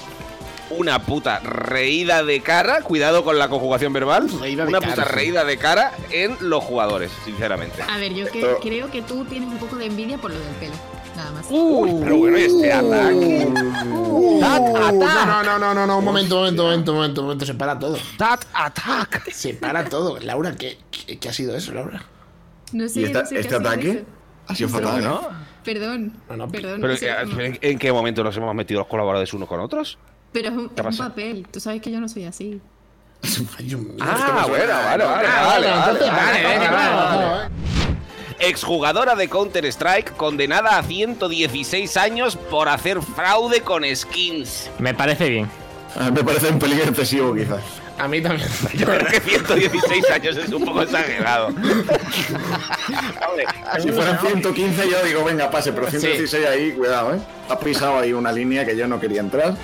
B: una puta reída de cara. Cuidado con la conjugación verbal.
C: Reída de
B: una
C: cara,
B: puta
C: sí.
B: reída de cara en los jugadores, sinceramente.
E: A ver, yo que-
D: Esto-
E: creo que tú tienes un poco de envidia por lo del pelo. Nada más.
B: Uy, pero bueno, este ataque.
C: Uh,
B: That attack.
C: no, no, no, no, no, un momento, un momento, un momento, un momento, un momento, se para todo.
B: That attack.
C: Se para todo. Laura, ¿qué, qué, qué ha sido eso, Laura? <laughs>
E: No sé,
D: ¿Y esta-
E: no sé qué
D: este
E: ha sido
D: ataque?
E: eso.
D: Ha sido fatal, ¿eh? ¿no?
E: Perdón,
C: Bueno,
E: perdón.
B: Pero,
E: no sé, no.
B: eh, ¿En qué momento nos hemos metido los colaboradores unos con otros?
E: Pero es un, es
B: ¿Qué
E: un
B: pasa?
E: papel. Tú sabes que yo no soy así.
C: Ay, un-
B: Ah, bueno, vale, vale,
C: Ah,
B: vale,
C: bueno, entonces,
B: vale,
C: vale, venga,
B: vale,
C: vamos,
B: vale.
C: vamos, eh.
B: Exjugadora de Counter-Strike condenada a 116 años por hacer fraude con skins. <laughs>
A: Me parece bien.
D: A mí Ah, me parece un peligro excesivo, quizás.
C: A mí también. <laughs>
B: Yo creo que 116 años es un poco exagerado. Hombre,
D: Si fueran 115 yo digo, venga, pase, pero 116 ahí, cuidado, ¿eh? Has pisado ahí una línea que yo no quería entrar.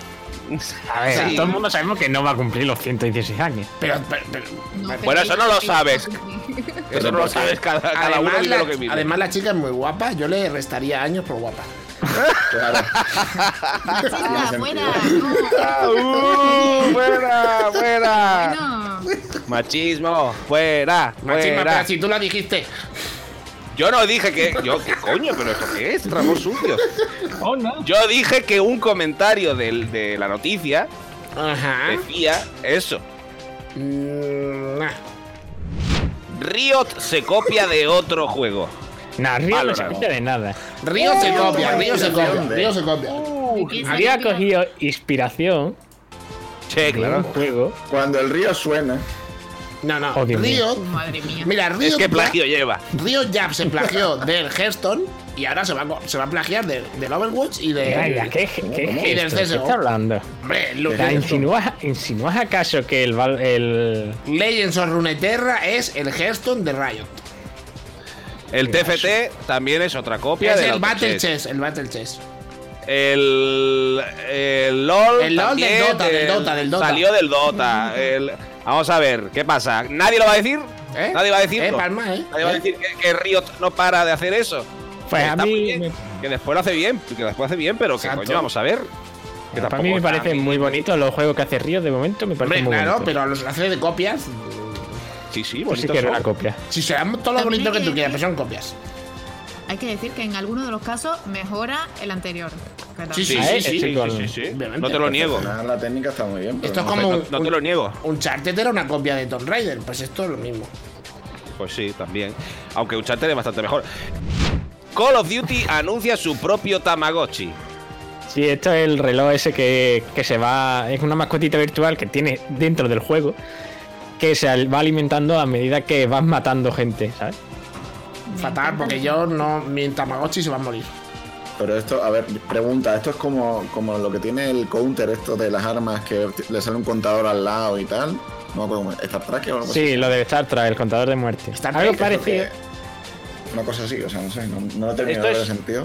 A: A ver,
B: sí.
A: todo el mundo sabemos que no va a cumplir los 116 años.
C: Pero, pero, pero-
E: No,
B: Bueno,
E: pero-
B: eso no lo sabes. <laughs> Ah, Eso no lo
D: porque-
B: sabes cada, cada uno
C: además,
B: vive
C: la,
B: lo que vive.
C: además la chica es muy guapa, yo le restaría años por guapa. <laughs>
D: Claro.
E: Chica,
D: sentido.
E: fuera.
B: <laughs> Ah, ¡Uh, fuera, fuera.
E: No, no.
B: Machismo, fuera,
C: Machima, pero
B: fuera.
C: si tú la dijiste.
B: Yo no dije que. Yo, ¿qué coño? ¿Pero esto qué es? Tramos sucios.
A: Oh, no.
B: Yo dije que un comentario del- de la noticia
C: Ajá.
B: decía eso.
C: Mm, nah.
B: Riot se copia de otro juego.
A: No, Río no se
B: Valorant.
A: copia de nada.
C: Río se
D: Eh,
C: copia, Río se copia,
D: ¿dónde?
C: Río se copia.
E: ¿De qué
A: Había
E: salió?
A: cogido inspiración
B: Che,
A: de un
B: claro.
A: juego
D: Cuando el río suena,
C: No, no.
A: Odio
C: Riot.
E: Uh, madre mía.
C: Mira,
B: Es
C: Riot.
B: que
C: pla-
B: plagio lleva.
C: Riot Jab se plagió del Hearthstone y ahora se va, a co- se va a plagiar del, del Overwatch y
B: Eh,
C: de.
A: Vaya, ¿qué, qué,
C: Y
A: qué,
C: del
A: esto? ¿Qué
C: CSO.
A: está hablando?
C: Hombre,
A: O
C: lo-
A: sea, ¿insinúas, ¿Insinúas acaso que el, val- el
C: Legends of Runeterra es el Hearthstone de Riot.
B: El TFT también es otra copia
C: Es
B: del
C: el Battle
B: Autochess.
C: Chess, el Battle Chess.
B: El, el LOL.
C: El LOL
B: también,
C: del Dota, del
B: el-
C: Dota, del Dota.
B: Salió del Dota. el- vamos a ver, ¿qué pasa? ¿Nadie lo va a decir?
C: ¿Eh?
B: Nadie va a decir.
C: Eh, Palma, ¿eh?
B: Nadie va a
C: Eh.
B: decir que, que Riot no para de hacer eso.
A: Pues
B: Que
A: a
B: está
A: mí
B: muy bien,
A: me-
B: Que después lo hace bien, que después hace bien, pero que
C: Exacto.
B: coño, vamos a ver. Que
A: Para
B: tampoco
A: mí me
B: está-
A: parecen muy bonitos los juegos que hace Río de momento, me
C: Hombre,
A: parecen muy
C: claro,
A: bonitos.
C: pero los hace de copias.
B: Sí, sí,
A: Pues sí
B: bonito.
A: que era una copia.
C: Si serán todo lo bonito que tú quieras, pero son copias.
E: Hay que decir que en algunos de los casos mejora el anterior. que también-
C: Sí, sí,
B: Sí, sí,
C: sí, sí,
B: sí, sí,
A: con-
B: sí, sí.
C: obviamente.
B: No te lo niego.
D: Ah, La técnica está muy bien. pero
C: Esto es
D: no-
C: como
B: No,
C: un,
B: no te lo niego.
C: un Charted era una copia de Tomb Raider, pues esto es lo mismo.
B: Pues sí, también. Aunque Uncharted es bastante mejor. Call of Duty anuncia su propio Tamagotchi.
A: Sí, esto es el reloj ese que, que se va. Es una mascotita virtual que tiene dentro del juego que se al- va alimentando a medida que vas matando gente, ¿sabes?
E: Me
C: Fatal,
E: encanta.
C: porque yo no. Mi Tamagotchi se va a morir.
D: Pero esto, a ver, pregunta, esto es como, como lo que tiene el counter, esto de las armas que t- le sale un contador al lado y tal. No me acuerdo cómo es, ¿Star Trek o algo así?
A: Sí, lo de Star Trek, el contador de muerte.
C: Star Trek,
A: Algo
C: creo
A: parecido.
D: que- Una cosa así, o sea, no sé, no, no lo termino
B: Esto
D: de ver el
B: es-
D: sentido.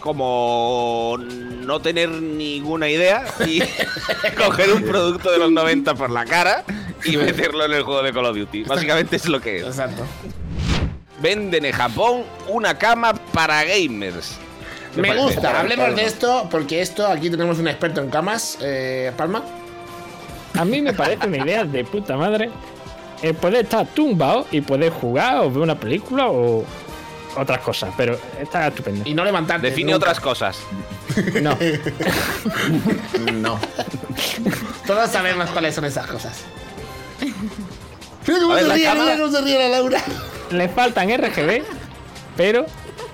B: Como no tener ninguna idea y <laughs> coger un producto de los 90 por la cara y meterlo en el juego de Call of Duty. Básicamente es lo que es.
C: Exacto.
B: Venden en Japón una cama para gamers. ¿Qué
C: Me
B: parece?
C: gusta, hablemos
D: Palma.
C: de esto, porque esto aquí tenemos un experto en camas, eh, Palma.
A: A mí me parece una idea de puta madre el poder estar tumbado y poder jugar o ver una película o otras cosas, pero está estupendo.
C: Y no levantarte.
B: Define
C: nunca.
B: otras cosas.
A: No,
D: No.
C: Todos sabemos cuáles son esas
E: <laughs>
C: cosas. Mira cómo
B: A ver,
C: se
B: la
C: ríe,
B: cama-
C: mira cómo se ríe la Laura.
A: le faltan RGB, pero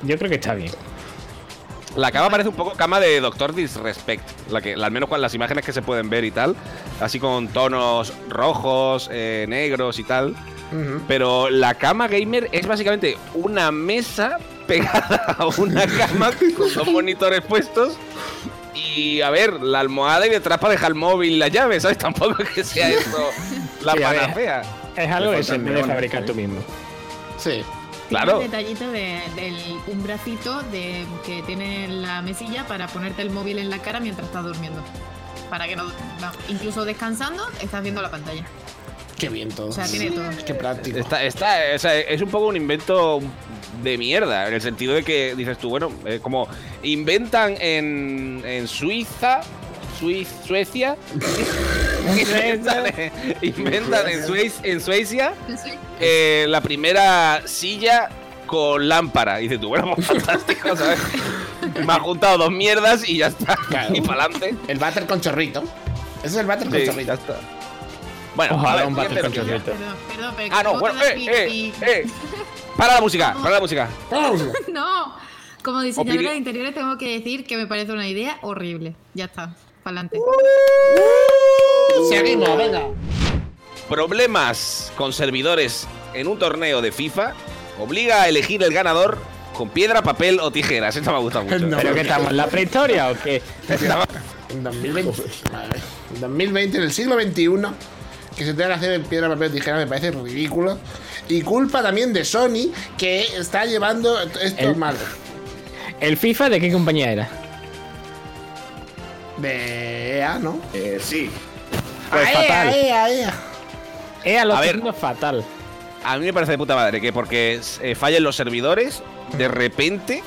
A: yo creo que está bien.
B: La cama parece un poco cama de Doctor Disrespect, la que, la- al menos con las imágenes que se pueden ver y tal, así con tonos rojos, eh, negros y tal. Pero la cama gamer es básicamente una mesa pegada a una cama
A: <laughs>
B: con dos monitores puestos. Y a ver, la almohada y detrás para dejar el móvil y la llave, ¿sabes? Tampoco es
A: <laughs>
B: que sea eso la
A: Sí, a ver.
B: panacea.
A: Es algo
D: Le
A: que se
D: faltan
A: puede
D: neones,
A: fabricar
D: ¿eh?
A: tú mismo.
C: Sí.
E: Tiene
B: Claro.
E: un detallito de, del un bracito de, que tiene la mesilla para ponerte el móvil en la cara mientras estás durmiendo. Para que no, no, incluso descansando estás viendo la pantalla.
C: Qué bien todo.
E: O sea, tiene todo.
C: Qué práctico.
B: Está, está, o sea, es un poco un invento de mierda, en el sentido de que dices tú, bueno, eh, como inventan en, en Suiza, Suiz- Suecia, inventan, en- inventan en, Suez- en Suecia eh, la primera silla con lámpara. Y dices tú, bueno, <laughs> pues, fantástico, ¿sabes? Me han juntado dos mierdas y ya está,
C: Claro.
B: y para adelante.
C: El váter con chorrito. Ese es el váter con chorrito.
B: ya está. Bueno,
A: Ojalá
B: vale,
A: un váter
B: siguiente
A: con
B: noticia.
A: chorrito.
E: Perdón, perdón, pero
B: Ah, no,
E: ¿cómo
B: bueno,
E: te da
B: eh,
E: pi-
B: eh,
E: pi-
B: eh. Para la música, para la música.
C: Vamos.
E: No, como diseñadora
B: Opini-
E: de interiores tengo que decir que me parece una idea horrible. Ya está, para adelante.
C: Seguimos, venga.
B: Problemas con servidores en un torneo de FIFA obliga a elegir el ganador con piedra, papel o tijeras. Esto me gusta mucho.
C: No.
A: ¿Pero que estamos en la prehistoria o qué?
C: En 2020. madre, En 2020, en el siglo XXI, que se tenga que hacer en piedra, papel, tijera, me parece ridículo. Y culpa también de Sony, que está llevando esto
A: El-
C: mal.
A: ¿El FIFA de qué compañía era?
C: De EA, ¿no?
D: Eh, sí.
A: Pues
C: Ah,
A: fatal.
C: EA, EA, EA.
A: EA lo
B: A
A: está
B: ver.
A: haciendo fatal.
B: A mí me parece de puta madre que porque eh, fallen los servidores, de repente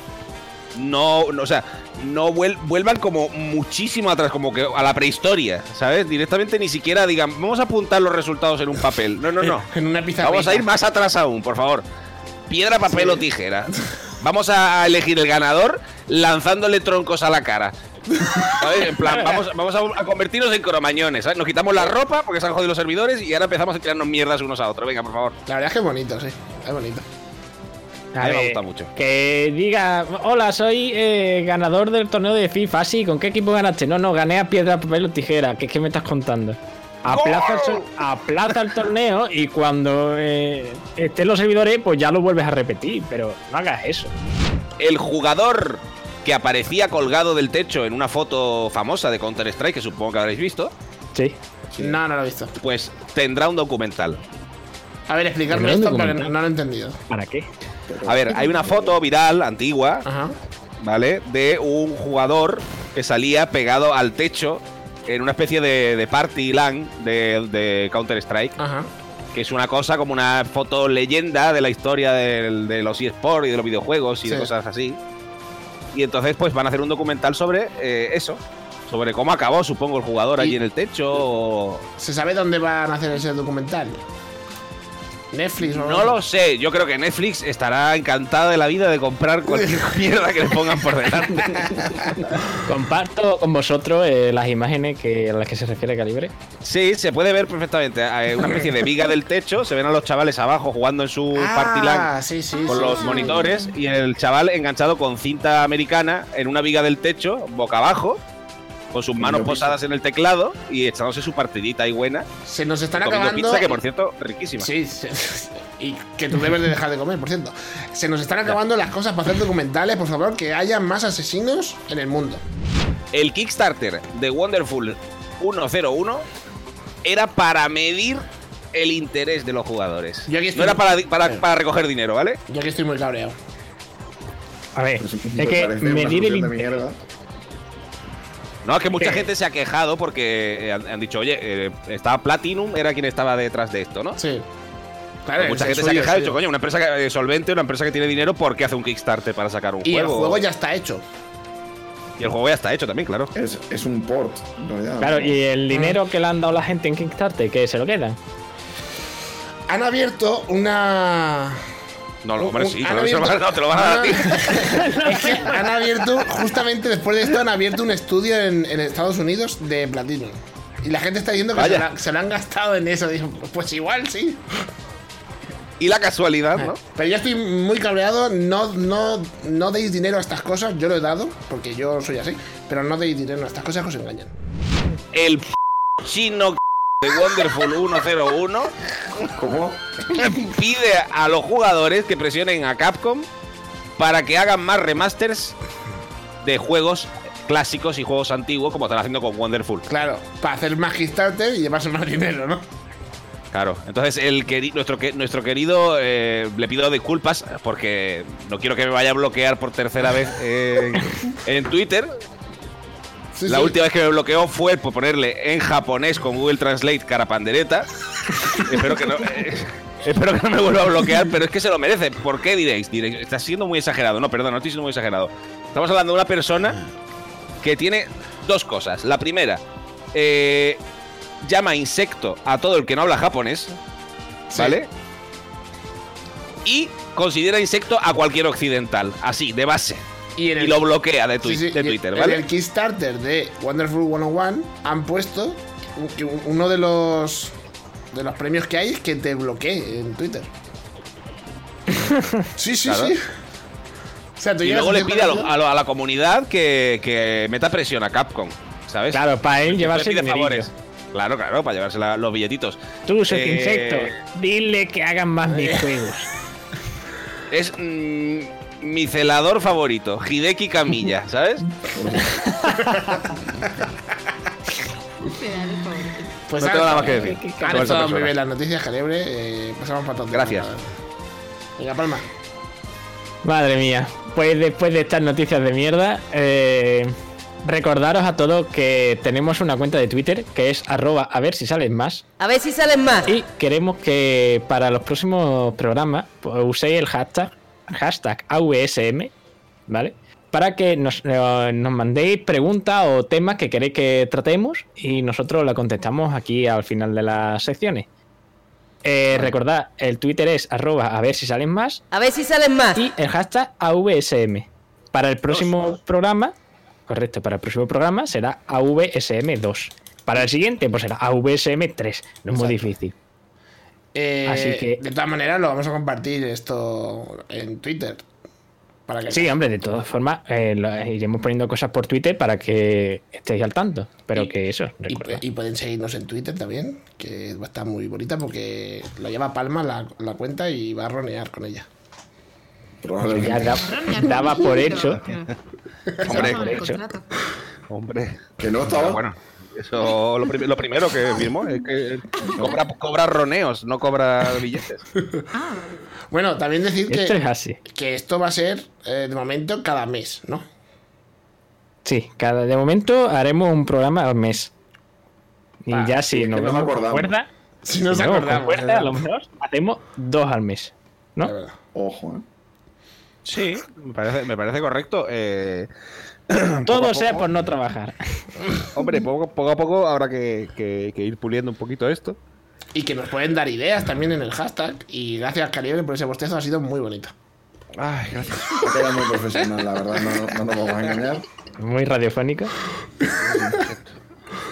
B: no, no- o sea, no vuel- vuelvan como muchísimo atrás, como que a la prehistoria, ¿sabes? Directamente ni siquiera digan, vamos a apuntar los resultados en un papel. No, no, <laughs> no.
C: En una pizarra.
B: Vamos a ir más atrás aún, por favor. Piedra, papel o tijera. Vamos a elegir el ganador lanzándole troncos a la cara. ¿Sabes? En plan, vamos, vamos a, a convertirnos en cromañones. ¿sabes? Nos quitamos la ropa porque se han jodido los servidores y ahora empezamos a tirarnos mierdas unos a otros. Venga, por favor.
C: La verdad es que es bonito, sí. Es bonito.
B: A mí me gusta mucho.
A: Que diga, hola, soy eh, ganador del torneo de FIFA. Ah, Sí, ¿con qué equipo ganaste? No, no, gané a piedra, papel o tijera. ¿Qué, qué me estás contando? Aplaza el, so- aplaza el torneo y cuando eh, estén los servidores, pues ya lo vuelves a repetir, pero no hagas eso.
B: El jugador que aparecía colgado del techo en una foto famosa de Counter-Strike, que supongo que habréis visto,
A: Sí.
C: No, no lo he visto.
B: pues tendrá un documental.
C: A ver, explicarme
A: ¿Pero
C: esto
A: dónde
C: porque
A: comenta?
C: no lo he entendido.
A: ¿Para qué?
B: A ver, hay una foto viral, antigua,
C: Ajá.
B: ¿vale? De un jugador que salía pegado al techo en una especie de, de party LAN de, de Counter-Strike,
C: Ajá.
B: que es una cosa como una foto leyenda de la historia del- de los eSports y de los videojuegos y de
C: Sí.
B: cosas así. Y entonces, pues van a hacer un documental sobre eh, eso, sobre cómo acabó, supongo, el jugador
C: Y-
B: allí en el techo. o-
C: ¿Se sabe dónde van a hacer ese documental? Netflix o
B: No lo sé, yo creo que Netflix estará encantada de la vida de comprar cualquier <laughs> mierda que le pongan por delante.
A: Comparto con vosotros eh, las imágenes que, a las que se refiere Calibre.
B: Sí, se puede ver perfectamente. Eh, Una especie de viga del techo, se ven a los chavales abajo jugando en su
C: Ah,
B: partilán
C: sí, sí.
B: con
C: sí,
B: los
C: sí.
B: monitores y el chaval enganchado con cinta americana en una viga del techo, boca abajo, con sus manos
D: Comiendo
B: posadas en el teclado y echándose su partidita ahí buena,
C: Se nos están
B: comiendo
C: acabando.
B: pizza que por cierto, riquísima.
C: Sí, sí. Y que tú debes de dejar de comer, por cierto. Se nos están acabando las cosas para hacer documentales, por favor, que haya más asesinos en el mundo.
B: El Kickstarter de Wonderful 101 era para medir el interés de los jugadores.
C: Yo aquí estoy- Eh.
B: No era para, para- para recoger dinero, ¿vale?
C: Yo aquí estoy muy cabreado.
A: A ver,
D: Me
A: es que
D: Pues, parece una
A: medir el
D: solución de
A: interés.
D: mierda.
B: No, es que mucha gente se ha quejado porque eh, han, han dicho, oye, eh, estaba Platinum, era quien estaba detrás de esto, ¿no?
C: Sí. Claro,
B: Pues mucha
C: es- es
B: gente se ha
C: suyo,
B: quejado y ha dicho,
C: suyo.
B: coño, una empresa que- eh, solvente, una empresa que tiene dinero, ¿por qué hace un Kickstarter para sacar un
C: Y el
B: juego?
C: juego ya está hecho.
B: Y el juego ya está hecho también, claro.
D: Es, es un port, en realidad.
A: Claro,
D: ¿no?
A: y
B: Ah.
A: el dinero que le han dado la gente en Kickstarter, que se lo quedan.
C: Han abierto una.
B: No,
C: un-
B: hombre,
C: un-
B: sí,
C: han
B: claro que se lo van a- <laughs>
C: abierto-
B: no, te lo van a
C: <laughs>
B: dar a ti.
C: Ah, <laughs> es que han abierto, justamente después de esto, han abierto un estudio en, en Estados Unidos de platino. Y la gente está diciendo que se
B: Vaya.
C: la- se lo han gastado en eso. Digo, pues igual sí.
B: Y la casualidad, ¿no?
C: Pero yo estoy muy cabreado. No, no, no deis dinero a estas cosas. Yo lo he dado, porque yo soy así. Pero no deis dinero a estas cosas que os engañan.
B: El p- chino de Wonderful 101
D: ¿Cómo?
B: pide a los jugadores que presionen a Capcom para que hagan más remasters de juegos clásicos y juegos antiguos como están haciendo con Wonderful.
C: Claro, para hacer más Kickstarter y llevarse más dinero, ¿no?
B: Claro, entonces el queri- nuestro, que- nuestro querido eh, le pido disculpas porque no quiero que me vaya a bloquear por tercera vez eh, en Twitter.
C: Sí,
B: La
C: sí.
B: última vez que me bloqueó fue por ponerle en japonés con Google Translate
C: <laughs>
B: carapandereta. espero, que no, eh, espero que no me vuelva a bloquear, pero es que se lo merece. ¿Por qué diréis? Diréis, estás siendo muy exagerado. No, perdón, no estoy siendo muy exagerado. Estamos hablando de una persona que tiene dos cosas. La primera, eh, llama insecto a todo el que no habla japonés,
C: Sí.
B: ¿vale? Y considera insecto a cualquier occidental, así, de base.
C: Y en
B: Y
C: el-
B: lo bloquea de,
C: Sí,
B: twi-
C: sí,
B: de
C: y
B: Twitter,
C: en
B: ¿vale?
C: el Kickstarter de Wonderful 101 han puesto un- que un- uno de los de los premios que hay es que te bloquee en Twitter. Sí, sí,
B: Claro.
C: sí. O sea, tú
B: Y
C: llegas
B: luego le
C: cierta
B: pide a, lo-
C: cantidad-
B: a lo- a la comunidad que, que meta presión a Capcom, ¿sabes?
A: Claro, para él
B: Que
A: llevarse
B: le
A: el
B: pide
A: dinerillo.
B: favores. Claro, claro, para llevarse la- los billetitos.
A: Tú, sos
B: Eh,
A: insecto, dile que hagan más mis juegos.
B: Es mm, mi celador favorito,
A: <laughs>
B: Hideki Camilla, ¿sabes?
E: Espera, por favor.
C: Pues
B: no
C: han
B: tengo nada más que
C: estado-
B: decir.
C: Han
B: sobre esa
C: estado muy
B: persona.
C: bien las noticias, Calebre. eh, pasamos para todo.
B: Gracias.
C: Venga, Palma.
A: Madre mía, pues después de estas noticias de mierda, eh, recordaros a todos que tenemos una cuenta de Twitter que es arroba a ver si salen más.
H: A ver si salen más.
A: Y queremos que para los próximos programas pues, uséis el hashtag, hashtag AVSM, ¿vale? Para que nos, eh, nos mandéis preguntas o temas que queréis que tratemos y nosotros la contestamos aquí al final de las secciones. Eh, recordad, el Twitter es arroba a ver si salen más
H: A ver si salen más.
A: y el hashtag AVSM. Para el próximo programa, correcto, para el próximo programa será AVSM2. Para el siguiente, pues será AVSM3. No es muy difícil.
C: Eh,
A: Así que-
C: De todas maneras, lo vamos a compartir esto en Twitter. Para que
A: Sí, hombre, de todas formas, eh, lo- iremos poniendo cosas por Twitter para que estéis al tanto. Pero
C: Y-
A: que eso,
C: Y,
A: recuerda.
C: y pueden seguirnos en Twitter también, que va a estar muy bonita porque lo lleva Palma la, la cuenta y va a ronear con ella.
D: Probablemente.
A: Ya da-
E: Ronear con
A: daba
E: el
A: por
E: libro. <laughs>
A: hecho.
E: Eso
B: Hombre,
E: estaba en el
A: por hecho.
E: contrato.
B: Hombre.
D: Que no
B: Pero
D: estaba.
B: Ah, bueno, eso lo, prim- lo primero que vimos es que cobra, cobra roneos, no cobra billetes.
E: Ah,
C: Bueno, también decir
A: Esto es
C: que,
A: así.
C: que esto va a ser eh, de momento cada mes, ¿no? <laughs>
A: Sí, cada, de momento haremos un programa al mes. Y
C: Ah,
A: ya
D: sí,
A: si
D: es
A: nos
D: que no me
A: vemos con
D: acordaba.
A: cuerda,
C: Si
A: si nos
C: nos
A: vemos con
C: acordamos.
A: cuerda,
C: ¿verdad?
A: a lo mejor hacemos dos al mes. ¿no?
C: La verdad.
D: Ojo, ¿eh?
B: Sí, me parece, me parece correcto. Eh,
A: Todo
B: poco a
A: sea
B: poco.
A: por no trabajar. <laughs>
B: hombre, poco, poco a poco habrá que, que- que ir puliendo un poquito esto.
C: Y que nos pueden dar ideas también en el hashtag. Y gracias, Calibre, por ese bostezo, ha sido muy bonito.
B: Ay, gracias.
D: Ha quedado muy profesional, la verdad, no, no nos vamos a engañar.
A: Muy radiofónico.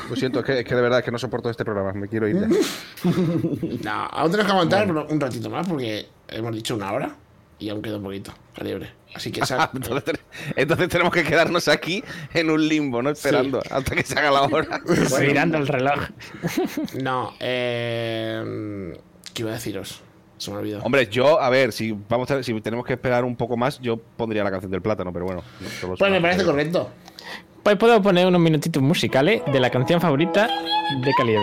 B: Lo siento, es que, es que de verdad es que no soporto este programa, me quiero ir ya.
C: No, aún tenemos que aguantar un ratito más porque hemos dicho una hora y aún queda un poquito, Calibre. Así que sal-
B: entonces, <laughs> ten- entonces tenemos que quedarnos aquí en un limbo, ¿no? Esperando hasta que se haga la hora.
A: pues mirando el reloj.
C: No, eh, ¿qué iba a deciros? Se me olvidó.
B: Hombre, yo, a ver, si vamos a- si tenemos que esperar un poco más, yo pondría la canción del plátano, pero bueno. solo
C: Pues
B: suena-
C: me parece correcto.
A: Pues puedo poner unos minutitos musicales de la canción favorita de Calibre.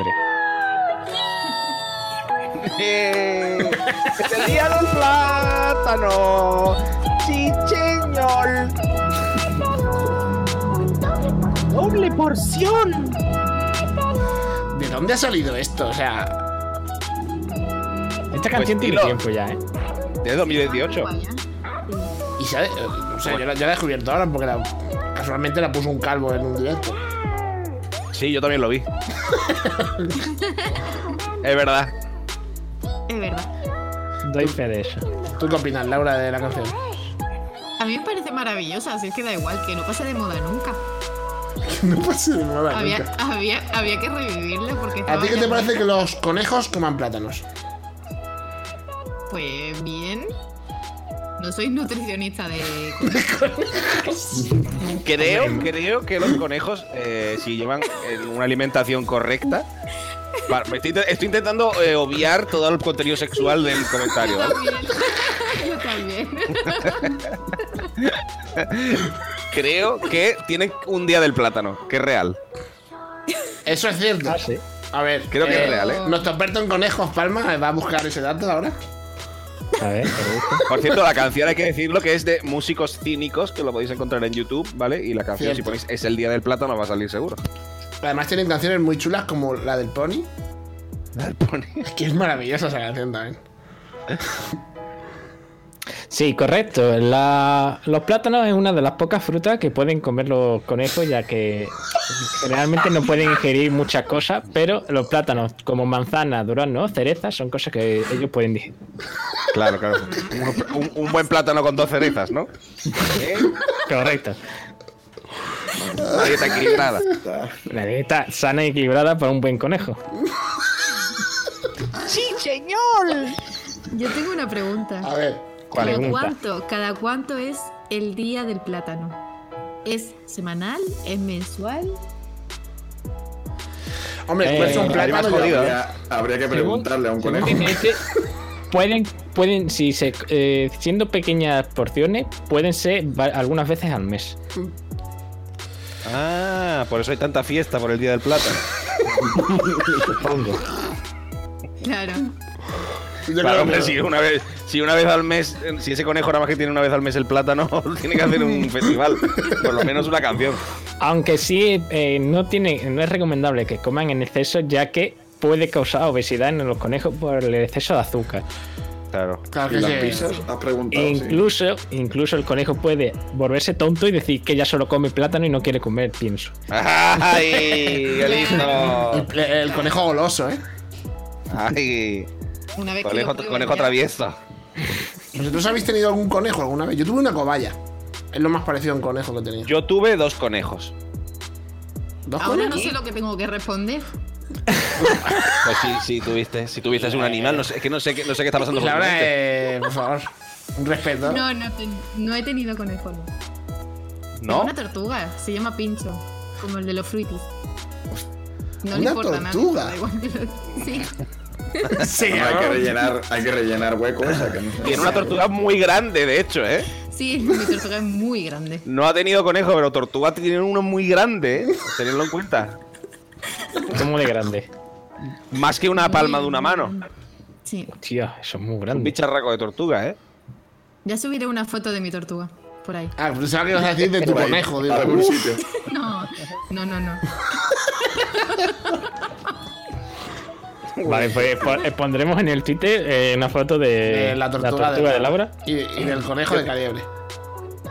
B: ¡Eh! ¡Es el día del plátano! ¡Sí, señor! ¡Doble porción!
C: ¿De dónde ha salido esto? O sea,
D: Pues
A: Esta canción tiene
B: dilo.
A: tiempo ya, ¿eh?
B: De 2018.
E: guay, ¿eh?
C: y sabe- o sea, eh, yo la, yo la he descubierto ahora porque la- casualmente la puso un calvo en un directo.
B: Sí, yo también lo vi. es verdad.
E: Es verdad.
A: Doy fe de eso.
C: ¿Tú qué opinas, Laura, de la canción?
E: A mí me parece maravillosa, así es que da igual, que no pase de moda nunca.
C: no pasa de moda
E: Había,
C: Ah, nunca.
E: había, había que revivirla porque
C: ¿A
E: estaba
C: ti qué
E: ya
C: te
E: muy-
C: parece que los conejos coman plátanos?
E: Pues bien. No soy nutricionista de.
B: Creo, creo que los conejos, eh, si llevan eh, una alimentación correcta. Va, me estoy, estoy intentando eh, obviar todo el contenido sexual del comentario. ¿vale?
E: Yo también.
B: Creo que tienen un día del plátano, que es real.
C: Eso es cierto.
A: Ah, sí.
C: A ver,
B: Creo que es real, ¿eh?
C: Nuestro experto en conejos, Palma, va a buscar ese dato ahora.
A: A ver, me gusta.
B: Por cierto, la canción hay que decirlo que es de músicos cínicos, que lo podéis encontrar en YouTube, ¿vale? Y la canción,
C: Cierto.
B: si ponéis es el día del plátano, va a salir seguro.
C: Además tienen canciones muy chulas como la del pony.
B: Pone-
C: <laughs> Es que es maravillosa esa canción también.
A: Sí, correcto. La- los plátanos es una de las pocas frutas que pueden comer los conejos, ya que generalmente no pueden ingerir muchas cosas, pero los plátanos, como manzana, durazno, cereza, son cosas que ellos pueden digerir.
B: Claro, claro. Un, un- un buen plátano con dos cerezas, ¿no? ¿Eh?
A: Correcto.
B: Una dieta equilibrada.
A: La dieta sana y equilibrada para un buen conejo.
E: <laughs> Yo tengo una pregunta.
C: A ver,
A: ¿Cuál
E: ¿Cada
A: pregunta?
E: cuánto, ¿Cada cuánto es el día del plátano? ¿Es semanal? ¿Es mensual?
C: hombre, pues
A: Eh,
C: tú
A: ahí
C: eres un
D: Ahí me has
C: plátano y
D: jodido,
C: yo-
D: ¿eh? Habría que preguntarle a un
A: Según-
D: conejo.
A: según que este, pueden, pueden, si se, eh, siendo pequeñas porciones, pueden ser va- algunas veces al mes.
B: Ah, por eso hay tanta fiesta por el día del plátano.
E: Claro.
C: yo creo
B: Claro, hombre,
C: que-
B: si una vez, si una vez al mes, eh, si ese conejo nada más que tiene una vez al mes el plátano, <laughs> tiene que hacer
C: <laughs>
B: un festival. Por lo menos una canción.
A: Aunque sí eh, no tiene, no es recomendable que coman en exceso, ya que puede causar obesidad en los conejos por el exceso de azúcar.
B: Claro.
C: Claro
D: ¿Y
C: que
D: las
C: sí.
D: pizzas? Has preguntado.
A: E
D: sí.
A: incluso, incluso el conejo puede volverse tonto y decir que ya solo come plátano y no quiere comer pienso.
B: ¡Ay! ¡Qué
C: El, <laughs>
B: listo!
C: ple- el conejo goloso, ¿eh?
B: ¡Ay!
E: Una vez que
B: Conejo,
E: lo pruebas
B: conejo
E: ya.
B: travieso.
C: ¿Vosotros habéis tenido algún conejo alguna vez? Yo tuve una cobaya. Es lo más parecido a un conejo que he tenido.
B: Yo tuve dos conejos.
C: ¿Dos
E: Ahora no
C: conejos?
E: sé lo que tengo que responder.
B: Pues sí, sí, tuviste, si tuviste un animal, no sé, es que no sé, qué- no sé qué está pasando por tu
C: Laura,
B: mente.
C: eh, por favor, un respeto.
E: No, no, ten- no he tenido conejo. no. Tengo
B: ¿No?
E: una tortuga, se llama Pincho, como el de los fruitis. No
C: ¿Una
E: le importa nada,
C: tortuga?
E: da igual que lo- <laughs> Sí,
C: Sí,
D: No, hay, que rellenar, hay que rellenar huecos. o sea, que no sé.
B: Tiene una tortuga muy grande, de hecho, ¿eh?
E: sí, mi tortuga es muy grande.
B: No ha tenido conejo, pero tortuga tiene uno muy grande, ¿eh? Tenedlo en cuenta.
A: Es muy grande.
B: Más que una palma de una mano.
E: Sí,
A: Tío, eso es muy
B: Un
A: grande.
B: bicharraco de tortuga, ¿eh?
E: ya subiré una foto de mi tortuga, por ahí.
C: Ah, pensaba que ibas a decir de tu
D: Por ahí,
C: conejo. Digo,
D: a algún
C: "Uf".
D: sitio.
E: No, no, no, no.
A: Vale, pues pon- eh, pondremos en el Twitter eh, una foto de,
C: De la tortuga,
A: de Laura.
C: Y, y del conejo de Caliebre.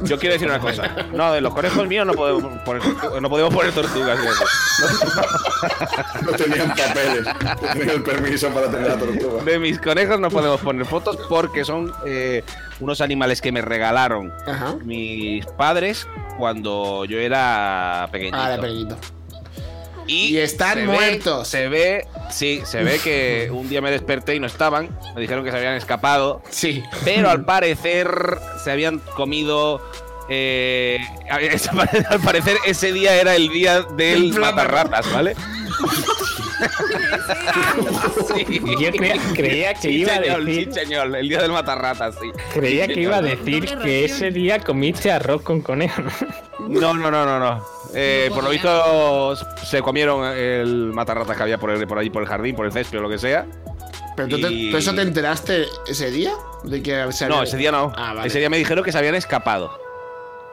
B: Yo quiero decir una cosa. No, de los conejos míos no podemos poner, tortu- no podemos poner tortugas. fíjate.
D: No tenían papeles. No tenían el permiso para tener la tortuga.
B: De mis conejos no podemos poner fotos porque son eh, unos animales que me regalaron
C: Ajá.
B: mis padres cuando yo era pequeñito.
C: Ah, de perrito.
B: Y,
C: Y están
B: se ve-
C: muertos.
B: se ve, sí, se ve que un día me desperté y no estaban. Me dijeron que se habían escapado.
C: Sí.
B: Pero al parecer se habían comido. eh, <laughs> al parecer ese día era el día del
C: Del plato.
B: matarratas, ¿vale? Sí.
A: Yo cre- creía que
B: Sí,
A: iba a
B: señor,
A: decir-
B: sí, señor, el día del matarratas, sí.
A: Creía que iba a decir
E: Doble
A: que
E: ración.
A: ese día comiste arroz con conejo.
B: No, no, no, no, no. Eh,
E: No
B: por lo visto se comieron el matarratas que había por, el- por allí, por el jardín, por el césped o lo que sea.
C: ¿Pero tú, te-
B: Y-
C: tú eso te enteraste ese día? De que se
B: No,
C: había-
B: ese día no.
C: Ah, vale.
B: Ese día me dijeron que se habían escapado.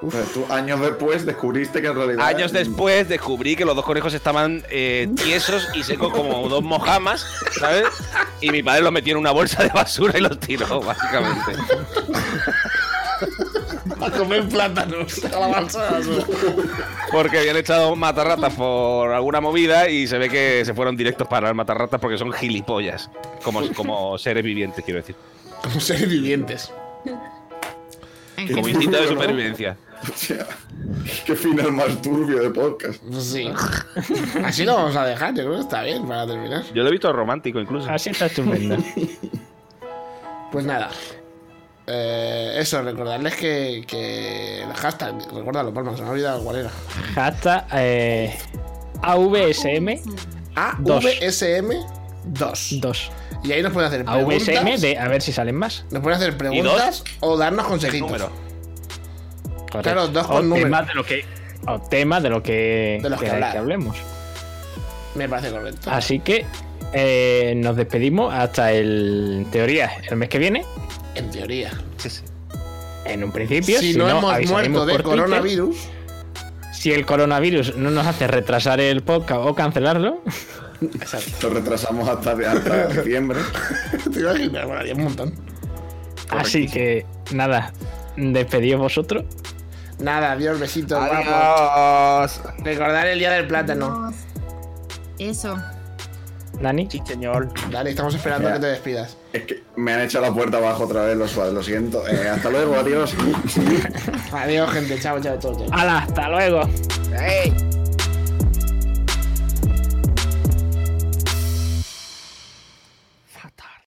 D: Pero Pues tú años después descubriste que en realidad.
B: Años después descubrí que los dos conejos estaban eh, tiesos y secos como dos mojamas, ¿sabes? Y mi padre los metió en una bolsa de basura y los tiró, básicamente.
C: A comer plátanos. Calabazas.
B: Porque habían echado matarratas por alguna movida y se ve que se fueron directos para el matarratas porque son gilipollas. Como, como seres vivientes, quiero decir.
C: <laughs> Como seres vivientes.
E: En
B: Como
E: general.
C: <laughs>
B: instinto de supervivencia.
D: O sea, <laughs> qué final más turbio de podcast.
B: <laughs>
C: Pues Sí. Así lo vamos a dejar, yo creo que está bien para terminar.
B: Yo lo he visto romántico
A: <laughs>
B: incluso.
A: Así está estupendo.
C: Pues nada. Eh, eso, recordarles que, que el hashtag, recuérdalo, Palma, se me ha olvidado cuál era.
A: Hasta eh, AVSM Dos.
C: AVSM2.
A: 2.
C: Y ahí nos pueden hacer preguntas.
A: AVSM de a ver si salen más.
C: Nos pueden hacer preguntas o darnos
B: El
C: consejitos.
B: número.
A: Correcto.
C: Claro, dos con
A: o
C: número.
A: temas de lo que o temas de lo que,
C: De los que
A: queráis
C: hablar.
A: hablemos.
C: Me parece correcto.
A: Así que eh, nos despedimos hasta el en teoría el mes que viene.
C: En teoría.
A: En un principio,
C: si no, hemos
A: avisaremos
C: muerto de
A: por Twitter.
C: coronavirus,
A: si el coronavirus no nos hace retrasar el podcast o cancelarlo,
D: Lo retrasamos hasta, hasta septiembre.
C: <laughs> te imaginas, molaría un montón.
A: así que nada, despedíos vosotros.
C: Nada, adiós, besitos, guapos.
B: Adiós.
C: Recordar el día del plátano.
E: Eso.
A: Dani,
C: Dale, estamos esperando
D: Ya.
C: que te despidas.
D: Es que me han echado la puerta abajo otra vez los suaves, lo siento. Eh, hasta luego, adiós.
C: Adiós, gente. Chao, chao, chao. chao.
A: ¡hala! ¡Hasta luego!
H: Hey.